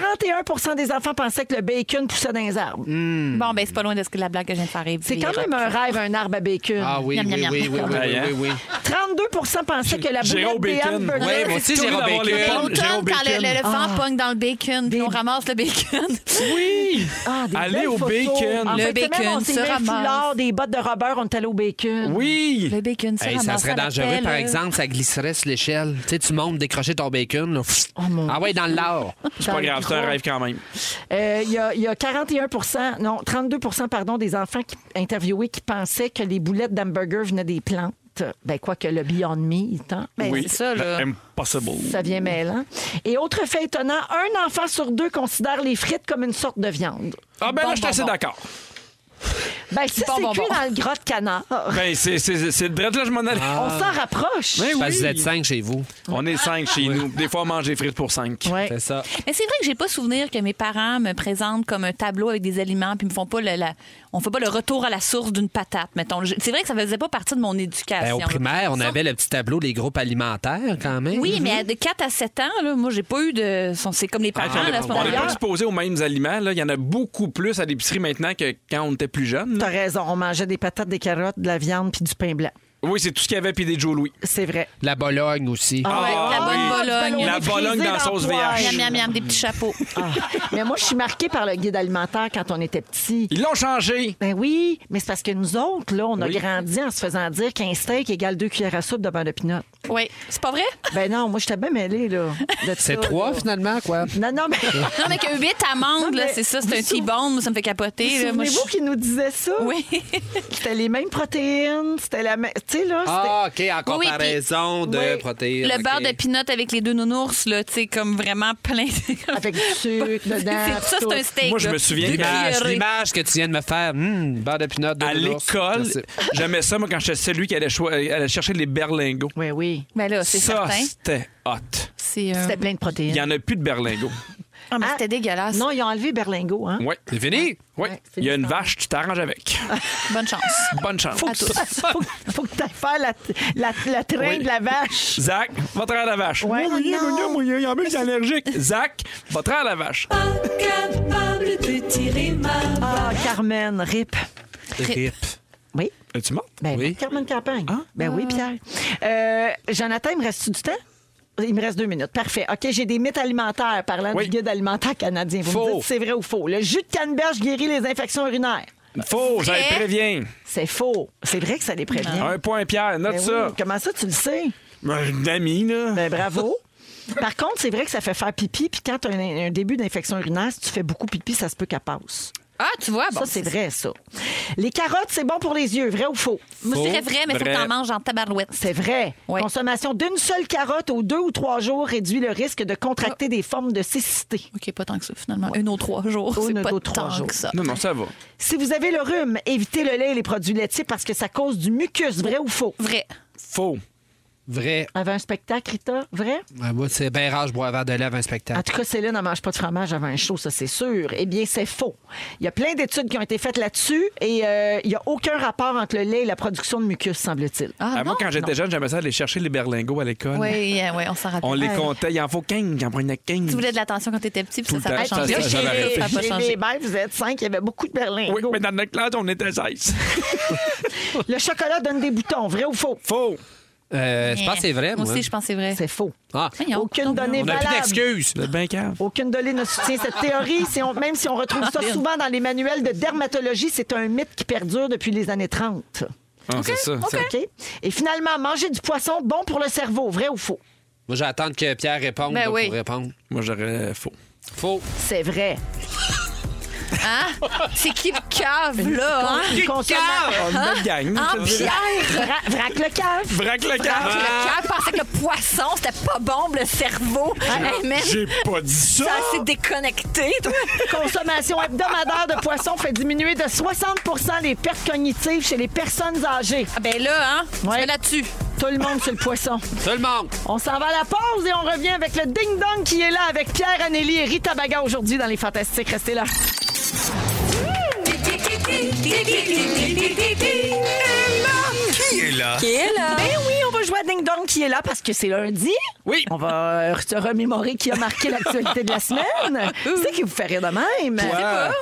C: 41 des enfants pensaient que le bacon poussait dans les arbres.
B: Bon, ben c'est pas loin de ce que la blague que je viens de faire. est
C: C'est quand
B: virée.
C: même un rêve, un arbre à bacon.
A: Ah oui,
B: Miam,
A: oui,
B: miam,
A: oui, oui, oui,
B: miam.
A: oui, oui, oui.
C: 32 pensaient que la
D: Jérôme
C: boulette des
D: Bacon.
C: hamburgers...
A: Ouais, moi aussi, Jérôme
D: D'avoir les
B: Mais
A: Bacon.
D: pommes, Jérôme
B: l'automne, quand le,
D: Bacon.
B: le- le
C: Ah.
B: vent pogne dans le bacon, puis on ramasse
C: [laughs]
B: le bacon.
D: Oui!
C: Ah, des
D: Aller
C: belles
D: au
C: photos.
D: bacon.
C: En
B: Le
C: fin de semaine,
B: bacon
C: on s'est
B: se
C: mis un
B: ramasse.
C: foulard, des bottes de Robert, on est allé au bacon.
D: Oui!
B: Le bacon, ça
A: Hey, ça
B: ramasse
A: serait
B: à la
A: dangereux,
B: pelle,
A: par
B: là.
A: exemple, ça glisserait sur l'échelle. Tu sais, tu montes, décrocher ton bacon. là, pfff. ah ouais, dans l'art.
D: C'est pas grave, c'est un rêve quand même.
C: Euh, Il y, a- il y a 41 non, 32 pardon, des enfants qui- interviewés qui pensaient que les boulettes d'hamburger venaient des plantes. Ben, quoi que le Beyond Meat, hein? Ben,
D: oui.
C: c'est ça, là.
D: Impossible.
C: Ça vient mêlant. Et autre fait étonnant, un enfant sur deux considère les frites comme une sorte de viande.
D: Ah ben là, je suis assez d'accord.
C: Ben, si c'est
B: Bon, bon,
C: cuit
B: bon.
C: dans le gras de canard,
D: Ben, c'est c'est- c'est le dread là, je m'en allais.
C: on s'en rapproche.
D: Ben oui.
A: Parce que vous êtes cinq chez vous.
D: On est cinq chez nous. Des fois, on mange des frites pour cinq.
C: Ouais.
A: C'est ça.
B: Mais c'est vrai que j'ai pas souvenir que mes parents me présentent comme un tableau avec des aliments puis me font pas le la- on fait pas le retour à la source d'une patate mettons. Je- C'est vrai que ça faisait pas partie de mon
A: Ben,
B: éducation.
A: au primaire, on
B: Ça-
A: avait le petit tableau des groupes alimentaires quand même.
C: Mm-hmm.
B: Oui, mais de 4 à 7 ans là, moi j'ai pas eu de sont- c'est comme les
D: Ah,
B: parents
D: puis on
B: là, à
D: est-
B: ce
D: on n'est
B: moment-là.
D: pas exposé aux mêmes aliments. Là. Il y en a beaucoup plus à l'épicerie maintenant que quand on était plus jeune.
C: T'as raison, on mangeait des patates, des carottes, de la viande puis du pain blanc.
D: Oui, c'est tout ce qu'il y avait, puis des Joe Louis.
C: C'est vrai.
A: La Bologne aussi.
C: Ah,
D: ouais,
B: la bonne
C: oui.
B: Bologne.
D: La
C: Frisé
D: Bologne dans sauce
C: poêle.
D: VH.
B: Miam, miam, miam, des petits chapeaux.
C: Ah. Mais moi, je suis marquée par le guide alimentaire quand on était petit.
D: Ils l'ont changé.
C: Ben oui, mais c'est parce que nous autres, là, on a
D: Oui.
C: grandi en se faisant dire qu'un steak égale deux cuillères à soupe de beurre de pinot.
B: Oui, c'est pas vrai
C: Ben non, moi, j'étais bien mêlée, là. de
A: C'est
C: ça,
A: trois
C: là.
A: finalement, quoi.
C: Non, non, mais.
B: Non mais que 8 amandes
C: Non,
B: là,
C: mais
B: c'est ça,
C: vous
B: c'est un
C: sou-
B: T-bone, moi, ça me fait capoter là. Moi, je-
C: Souvenez-vous qui nous disait ça?
B: Oui.
C: C'était les mêmes protéines, c'était la même. Tu sais, là, c'était.
A: Ah, OK, en
B: Oui, oui,
A: comparaison
C: puis-
A: de
C: oui.
A: protéines.
B: Le
A: OK.
B: beurre de pinot avec les deux nounours, là, tu sais, comme vraiment plein. [laughs]
C: Avec du sucre dedans,
B: C'est- Ça,
C: tout.
B: c'est un steak.
D: Moi, je
B: là.
D: me souviens qu'à
A: L'image,
B: Prioré.
A: l'image que tu viens de me faire. Hum, beurre de pinot, deux
D: à
A: nounours.
D: l'école,
A: Merci.
D: j'aimais ça, moi, quand j'étais celui qui allait, choi- euh, allait chercher les berlingots.
C: Oui, oui.
B: Ben là, c'est
D: Ça,
B: certain.
D: c'était hot.
B: C'est un-
C: C'était plein de
D: Il
C: protéines.
D: n'y en a plus de berlingots.
B: Ah, mais
C: euh, Ah,
B: c'était dégueulasse.
C: Non, ils ont enlevé Berlingo, hein?
D: Ouais.
A: C'est fini?
D: Oui.
C: Ouais, c'est
D: Il y a une
C: bizarre.
D: vache, tu t'arranges
C: [laughs]
D: avec.
B: Bonne chance.
D: Bonne chance.
B: À tous.
C: faut, que- faut que t'ailles faire la, la, la traîne
D: Oui.
C: de la vache.
D: Zach, va te à la vache.
C: Ouais.
D: Mouillé,
C: Oh non.
D: mouillé, mouillé, il y en a qui est allergique. Zach, va te à la vache.
C: Ah, Carmen, rip.
A: Rip.
C: Oui.
D: Es-tu mort?
C: Ben,
A: Oui.
C: Carmen Campagne. Ben oui, Pierre. Euh, Jonathan, il me reste-tu du temps? Il me reste deux minutes. Parfait. OK, j'ai des mythes alimentaires parlant
D: Oui.
C: du guide alimentaire canadien. Vous
A: Faux.
C: me dites si c'est vrai ou faux. Le jus de canneberge guérit les infections urinaires.
D: Faux, ça les prévient.
C: C'est faux. C'est vrai que ça les prévient.
D: Un point, Pierre, note
C: Ben
D: Ah. ça.
C: oui. Comment ça, tu le sais?
D: Ben, Une amie, là.
C: Ben bravo. Par contre, c'est vrai que ça fait faire pipi, puis quand tu as un, un début d'infection urinaire, si tu fais beaucoup pipi, ça se peut qu'elle passe.
B: Ah, tu vois, bon.
C: ça, c'est vrai, ça. Les carottes, c'est bon pour les yeux, vrai ou faux?
B: Moi, je dirais vrai, mais faut que
D: Vrai.
B: t'en manges en tabarouette.
C: C'est vrai.
B: Ouais.
C: Consommation d'une seule carotte aux deux ou trois jours réduit le risque de contracter des formes de cécité.
B: OK, pas tant que ça, finalement. Un ou trois jours.
C: Un
B: C'est
C: ou
B: pas
C: deux, trois
B: tant
C: jours.
B: que ça.
D: Non, non, ça va.
C: Si vous avez le rhume, évitez le lait et les produits laitiers parce que ça cause du mucus, vrai ou faux?
B: Vrai.
D: Faux.
A: Vrai.
C: Avant un spectacle, Rita, vrai?
B: Ben.
A: Ah, moi, c'est bien rare, je bois un verre de lèvres un
C: En
A: spectacle.
C: tout cas, Céline ne mange pas de fromage avant un show, ça c'est sûr. Eh bien, c'est faux. Il y a plein d'études qui ont été faites là-dessus et euh, il n'y a aucun rapport entre le lait et la production de mucus, semble-t-il.
B: Ah,
D: Ah,
B: non?
D: moi, quand j'étais jeune, j'aimais ça aller chercher les berlingots à l'école.
B: Oui, euh, ouais, on s'en rappelle.
D: On les
B: Ah,
D: comptait. Il en faut 15. J'en prenais 15.
B: Tu voulais de l'attention quand t'étais petit, puis
D: Tout
B: ça,
D: le
B: ça n'a pas
D: temps,
B: changé.
D: ça, ça m'arrête.
B: Ça a pas
C: Chez
B: changé.
C: les mères, Eh vous êtes cinq, il y avait beaucoup de berlingots.
D: Oui, mais dans notre classe, on était 16.
C: Le chocolat donne des boutons, vrai ou faux?
D: Faux.
A: Euh, je pense que c'est vrai, moi.
B: Moi aussi, je pense que c'est vrai.
C: C'est faux.
A: Ah,
B: Voyons.
C: Aucune donnée
A: on n'a plus
C: valable.
A: d'excuses.
D: Le bien cave.
C: Aucune donnée ne soutient cette théorie. Si on- même si on retrouve ça souvent dans les manuels de dermatologie, c'est un mythe qui perdure depuis les années 30.
D: Ah, c'est ça. ça.
C: OK? Et finalement, manger du poisson, bon pour le cerveau, vrai ou faux?
A: Moi, j'attends que Pierre réponde
B: Ben
A: là,
B: oui.
A: pour répondre.
D: Moi, j'aurais faux.
A: Faux.
C: C'est vrai.
B: C'est qui le cave, là? hein?
C: Oh, Une consommation-
D: On a une gang.
C: ah,
B: En pierre!
C: Vra- Vrac le cave.
D: Vrac le
B: Puis
D: cave.
B: Le cave pensait que le poisson, c'était pas bon, le cerveau. Hey, man,
D: J'ai pas dit
B: ça
D: ça.
B: s'est déconnecté, toi.
C: Consommation hebdomadaire de poisson fait diminuer de 60 les pertes cognitives chez les personnes âgées.
B: Ah ben là, hein,
C: Ouais.
B: tu mets là-dessus.
C: Tout le monde, c'est le poisson.
A: Tout le monde.
C: On s'en va à la pause et on revient avec le ding-dong qui est là avec Pierre, Anneli et Rita Baga aujourd'hui dans Les Fantastiques. Restez là.
H: Qui est là?
I: Qui est là?
C: Ben oui, on va jouer à Ding Dong qui est là parce que c'est lundi.
A: Oui.
C: On va euh, se remémorer qui a marqué l'actualité de
I: [laughs]
C: la semaine. c'est qui vous fait rire de même.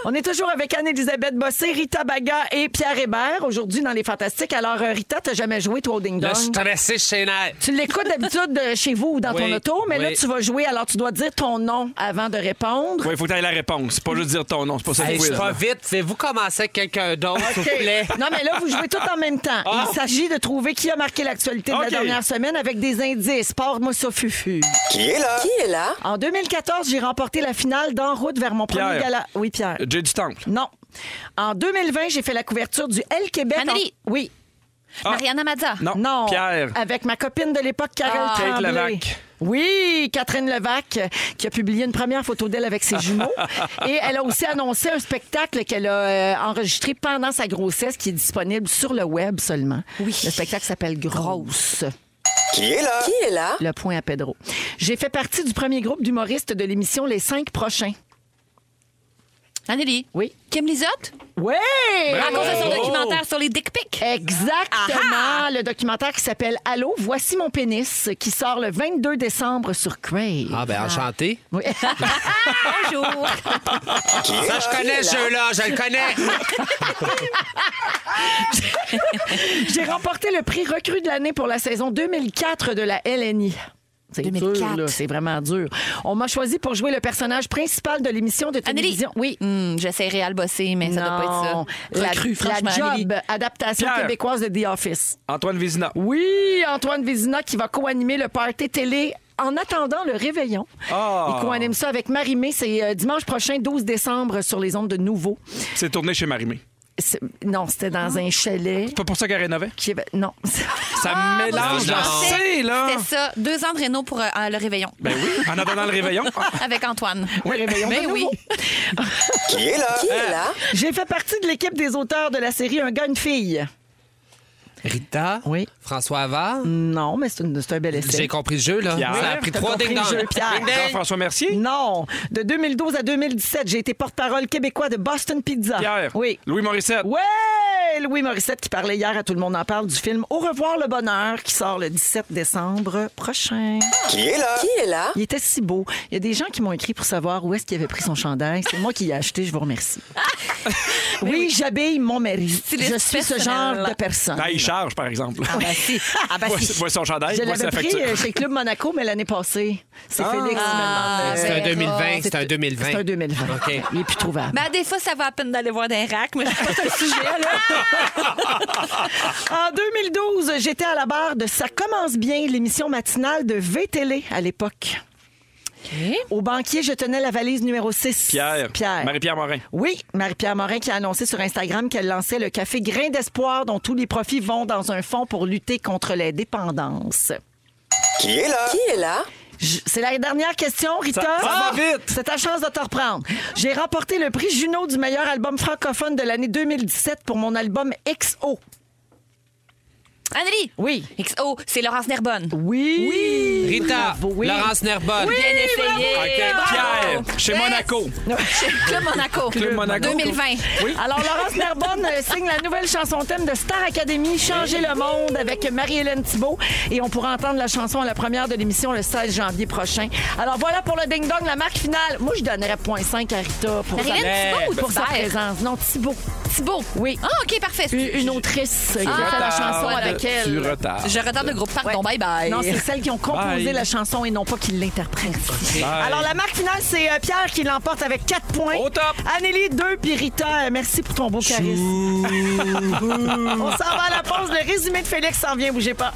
C: On est toujours avec Anne-Elisabeth Bossé, Rita Baga et Pierre Hébert aujourd'hui dans Les Fantastiques. Alors, euh, Rita, t'as jamais joué, toi, au Ding
A: Le
C: Dong?
A: stressé chez Nair.
C: Tu l'écoutes d'habitude euh, chez vous ou dans
A: Oui.
C: ton auto, mais là,
A: Oui.
C: tu vas jouer, alors tu dois dire ton nom avant de répondre.
D: Oui, il faut que tu la réponse. C'est pas juste dire ton nom. C'est pas ça
A: Hey,
D: que
A: je suis
D: vous
A: pas
D: voulez.
A: vite. C'est vous commencer avec quelqu'un d'autre, s'il vous plaît.
C: Non, mais là, vous jouez tout en même temps.
A: Ah.
C: Il s'agit de trouver qui a marqué l'actualité de
D: OK.
C: la dernière semaine avec des indices. Porte-moi ça, Fufu.
H: Qui est là?
I: Qui est là?
C: En 2014, j'ai remporté la finale d'En route vers mon premier
D: Pierre.
C: gala. Oui, Pierre.
D: J'ai du temple.
C: Non. En 2020, j'ai fait la couverture du L Québec. en-
B: Anneli.
C: Oui.
B: Mariana Mazza.
D: Ah. Non.
C: Non. Euh,
D: Pierre.
C: Avec ma copine de l'époque, Carole
B: Ah.
D: Kate
C: Tremblay.
D: Levac.
C: Oui, Catherine Levac, euh, qui a publié une première photo d'elle avec ses
D: [laughs]
C: jumeaux. Et elle a aussi annoncé un spectacle qu'elle a euh, enregistré pendant sa grossesse, qui est disponible sur le web seulement. Oui. Le spectacle s'appelle Grosse.
H: Qui est là?
I: Qui est là?
C: Le point à Pedro. J'ai fait partie du premier groupe d'humoristes de l'émission Les Cinq Prochains.
B: Anneli.
C: Oui.
B: Kim Lizotte.
C: Oui!
B: À cause de son
D: Oh!
B: documentaire sur les dick pics.
C: Exactement, le documentaire qui s'appelle Allô, voici mon pénis, qui sort le 22 décembre sur Crave.
A: Ah, ben, enchanté.
C: [laughs] Oui. Ah. [laughs]
B: Bonjour.
A: Ça, je connais ce jeu-là. Je le
C: [laughs]
A: connais.
C: J'ai remporté le prix recrue de l'année pour la saison 2004 de la LNI. C'est dur,
B: 2004.
C: là, c'est vraiment dur. On m'a choisi pour jouer le personnage principal de l'émission de
B: Anneli.
C: télévision. Oui.
B: Hmm, J'essaierai à le bosser, mais ça doit
C: Non.
B: pas être ça.
C: La,
B: Recrue,
C: la
B: franchement,
C: job,
B: Anneli.
C: adaptation
D: Pierre.
C: québécoise de The Office.
D: Antoine Vézina.
C: Oui, Antoine Vézina qui va co-animer le party télé en attendant le réveillon.
D: Ah.
C: Il co-anime ça avec Marie-Mé. C'est euh, dimanche prochain, 12 décembre, sur les ondes de Nouveau.
D: C'est tourné chez Marimé.
C: C'est- Non, c'était dans un chalet.
D: C'est pas pour ça qu'elle rénovait?
C: Qui... avait- Non.
D: Ça
C: Ah,
D: mélange
C: bah,
A: je
D: la
A: pensais
D: C, là.
B: C'était ça. Deux ans de Renault pour euh, euh, le réveillon.
D: Ben oui, en attendant
C: [laughs]
D: le réveillon.
B: Avec Antoine.
C: Le [laughs] réveillon de
B: Ben oui.
C: Nouveau.
H: Qui est là?
I: Qui est là?
C: J'ai fait partie de l'équipe des auteurs de la série Un gars, une fille.
A: Rita.
C: Oui.
A: François Havard.
C: Non, mais c'est une- c'est un bel essai.
A: J'ai compris le jeu, là.
D: Pierre.
A: Ça a pris
C: T'as
A: trois
C: compris le
A: ding-dongs.
C: jeu, Pierre.
A: Ding-ding.
D: Jean-François Mercier.
C: Ah, ben. Non. De 2012 à 2017, j'ai été porte-parole québécois de Boston Pizza.
D: Pierre.
C: Oui.
D: Louis Morissette.
C: Ouais! Louis Morissette qui parlait hier à Tout le monde en parle du film Au revoir le bonheur qui sort le 17 décembre prochain.
H: Qui est là?
I: Qui est là?
C: Il était si beau. Il y a des gens qui m'ont écrit pour savoir où est-ce qu'il avait pris son chandail. C'est moi qui l'ai acheté, je vous remercie. oui, j'habille mon mari.
B: Styliste
C: Je suis ce
B: personnel.
C: genre de personne.
D: Ah, il charge, par exemple.
C: Ah, si. Ah,
H: [laughs]
C: bah,
D: [laughs] Voici
C: si.
D: voici son chandail,
C: Je
D: voici
C: l'avais
D: la
C: pris
D: facture.
C: euh, chez Club Monaco, mais l'année passée. C'est Félix qui me
B: Ah,
C: demandait.
A: C'est un
B: Vera.
A: 2020. Ben, C'est un 2020.
C: ben, C'est un 2020.
A: OK.
C: Il est plus trouvable.
B: Ben, des fois, ça va à peine d'aller voir des racks, mais c'est pas ça le sujet, là.
C: En 2012, j'étais à la barre de Ça commence bien, l'émission matinale de VTL à l'époque. Au banquier, je tenais la valise numéro 6.
D: Pierre. Marie-Pierre Morin.
C: Oui, Marie-Pierre Morin qui a annoncé sur Instagram qu'elle lançait le café Grain d'espoir dont tous les profits vont dans un fonds pour lutter contre les dépendances.
H: Qui est là?
I: Qui est là?
C: Je- C'est la dernière question, Rita. Ah!
D: Ça- ça va vite.
C: C'est ta chance de te reprendre. J'ai remporté le prix Juno du meilleur album francophone de l'année 2017 pour mon album XO.
B: [laughs] Anneli.
C: Oui.
B: XO, c'est Laurence Nerbonne.
C: Oui.
A: Rita.
C: Bravo, oui.
A: Laurence Nerbonne.
B: Bien essayé.
D: Pierre,
B: Bravo.
D: chez
B: Yes.
D: Monaco.
B: Chez Club Monaco.
D: Club Monaco.
B: 2020.
C: Alors, Laurence Nerbonne euh, signe la nouvelle chanson thème de Star Academy, Changer le monde, avec Marie-Hélène Thibault. Et on pourra entendre la chanson à la première de l'émission le 16 janvier prochain. Alors, voilà pour le ding-dong, la marque finale. Moi, je donnerais 0.5 à Rita pour, sa,
B: Marie-Hélène Thibault ou
C: pour sa
B: Thibault?
C: présence. Non, Thibault.
B: Thibault.
C: Oui.
B: Ah, OK, parfait.
C: Une, une autrice qui a fait la
D: retardes,
C: chanson avec
D: tu
C: elle.
D: retardes.
B: Je retarde le groupe. Pardon, bye-bye.
C: Non, c'est celles qui ont composé
D: Bye.
C: la chanson et non pas qui l'interprètent.
D: Bye.
C: Alors, la marque finale, c'est euh, Pierre qui l'emporte avec 4 points.
D: Au top.
C: Anneli, 2, puis Rita, euh, merci pour ton beau charisme.
D: [laughs]
C: On s'en va à la pause. Le résumé de Félix s'en vient, bougez pas.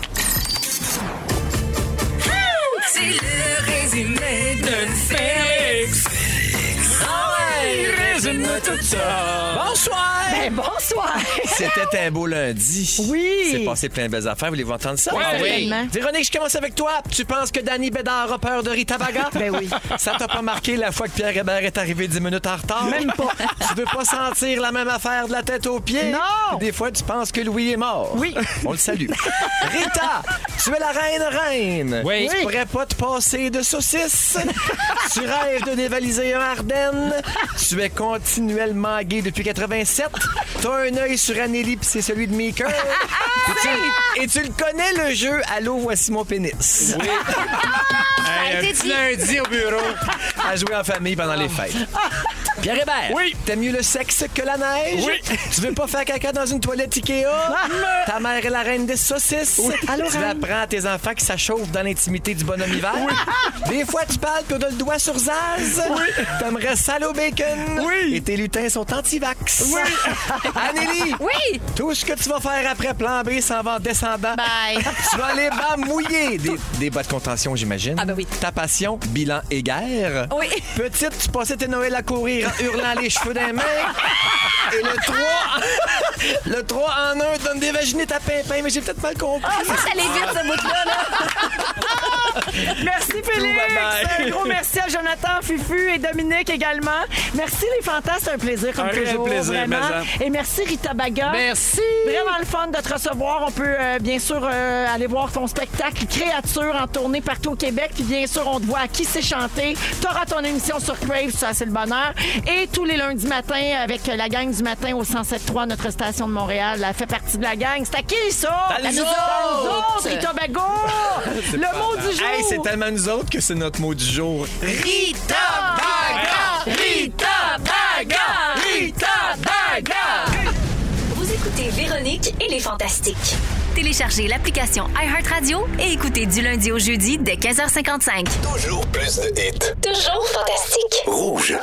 J: C'est le résumé de
D: Résumé de tout ça.
K: Bonsoir!
G: Ben, bonsoir!
K: C'était un beau lundi.
G: Oui.
K: C'est passé plein de belles affaires. Voulez-vous entendre ça?
G: Ah oui. Certainement.
K: Véronique, je commence avec toi. Tu penses que Danny Bédard a peur de Rita Vaga?
G: [laughs] Ben oui.
K: Ça t'a pas marqué la fois que Pierre Hébert est arrivé 10 minutes en retard? Même pas. Tu veux pas sentir la même affaire de la tête aux pieds?
G: Non.
K: Des fois, tu penses que Louis est mort.
G: Oui.
K: [laughs] On le salue. Rita, tu es la reine reine.
A: Oui.
K: Tu pourrais pas te passer de saucisses. tu rêves de dévaliser un Ardennes. tu es continuellement gay depuis 87. T'as un œil sur Anneli puis c'est celui de Meeker. et, tu, et tu le connais le jeu Allô, voici mon pénis.
D: Hey, un petit lundi au bureau.
K: À jouer en famille pendant les fêtes. Pierre Hébert,
D: Oui.
K: t'aimes mieux le sexe que la neige?
D: Oui.
K: Tu veux pas faire caca dans une toilette Ikea? Ta mère est la reine des saucisses? tu apprends à tes enfants que ça chauffe dans l'intimité du bonhomme hiver? Des fois, tu parles puis on a le doigt sur Zaz? T'aimerais sale au bacon?
D: Oui.
K: Et tes lutins sont anti-vax? [laughs] Oui. Anneli,
B: Oui!
K: tout ce que tu vas faire après plan B s'en va en descendant.
B: Bye!
K: [laughs] Tu vas aller bamouiller des, des bas de contention, j'imagine.
B: Ah ben oui.
K: Ta passion, bilan et guerre.
B: Oui.
K: Petite, tu passais tes Noël à courir en hurlant les cheveux d'un mec. Et le 3, le 3 en 1 donne des vaginites à Pimpin, mais j'ai peut-être mal compris.
B: Ah, ça, ça allait vite, ce bout-là, là.
C: Merci Félix.
K: bye-bye.
C: Un gros merci à Jonathan, Fufu et Dominique également. Merci les fantasmes, c'est un plaisir comme
D: Un réel
C: toujours.
D: Ah plaisir,
C: vraiment.
D: mais
C: Et merci Rita Baga.
A: Merci.
C: Vraiment le fun de te recevoir. On peut euh, bien sûr euh, aller voir ton spectacle Créature en tournée partout au Québec. Puis bien sûr, on te voit à qui c'est chanté. T'auras ton émission sur Crave, ça c'est le bonheur. Et tous les lundis matins avec la gang du matin au 107.3, notre station de Montréal. Elle fait partie de la gang. C'est à qui ça?
K: À nous
C: À nous
K: autres.
C: autres, Rita
K: [laughs]
C: Baga. le mot du jour.
K: Hey, c'est tellement nous autres que c'est notre mot du jour. Rita Baga! Rita Baga! Rita Baga!
I: Vous écoutez Véronique et les Fantastiques.
J: Téléchargez l'application iHeartRadio et écoutez du lundi au jeudi dès 15h55.
H: Toujours plus de hits.
I: Toujours fantastique.
H: Rouge.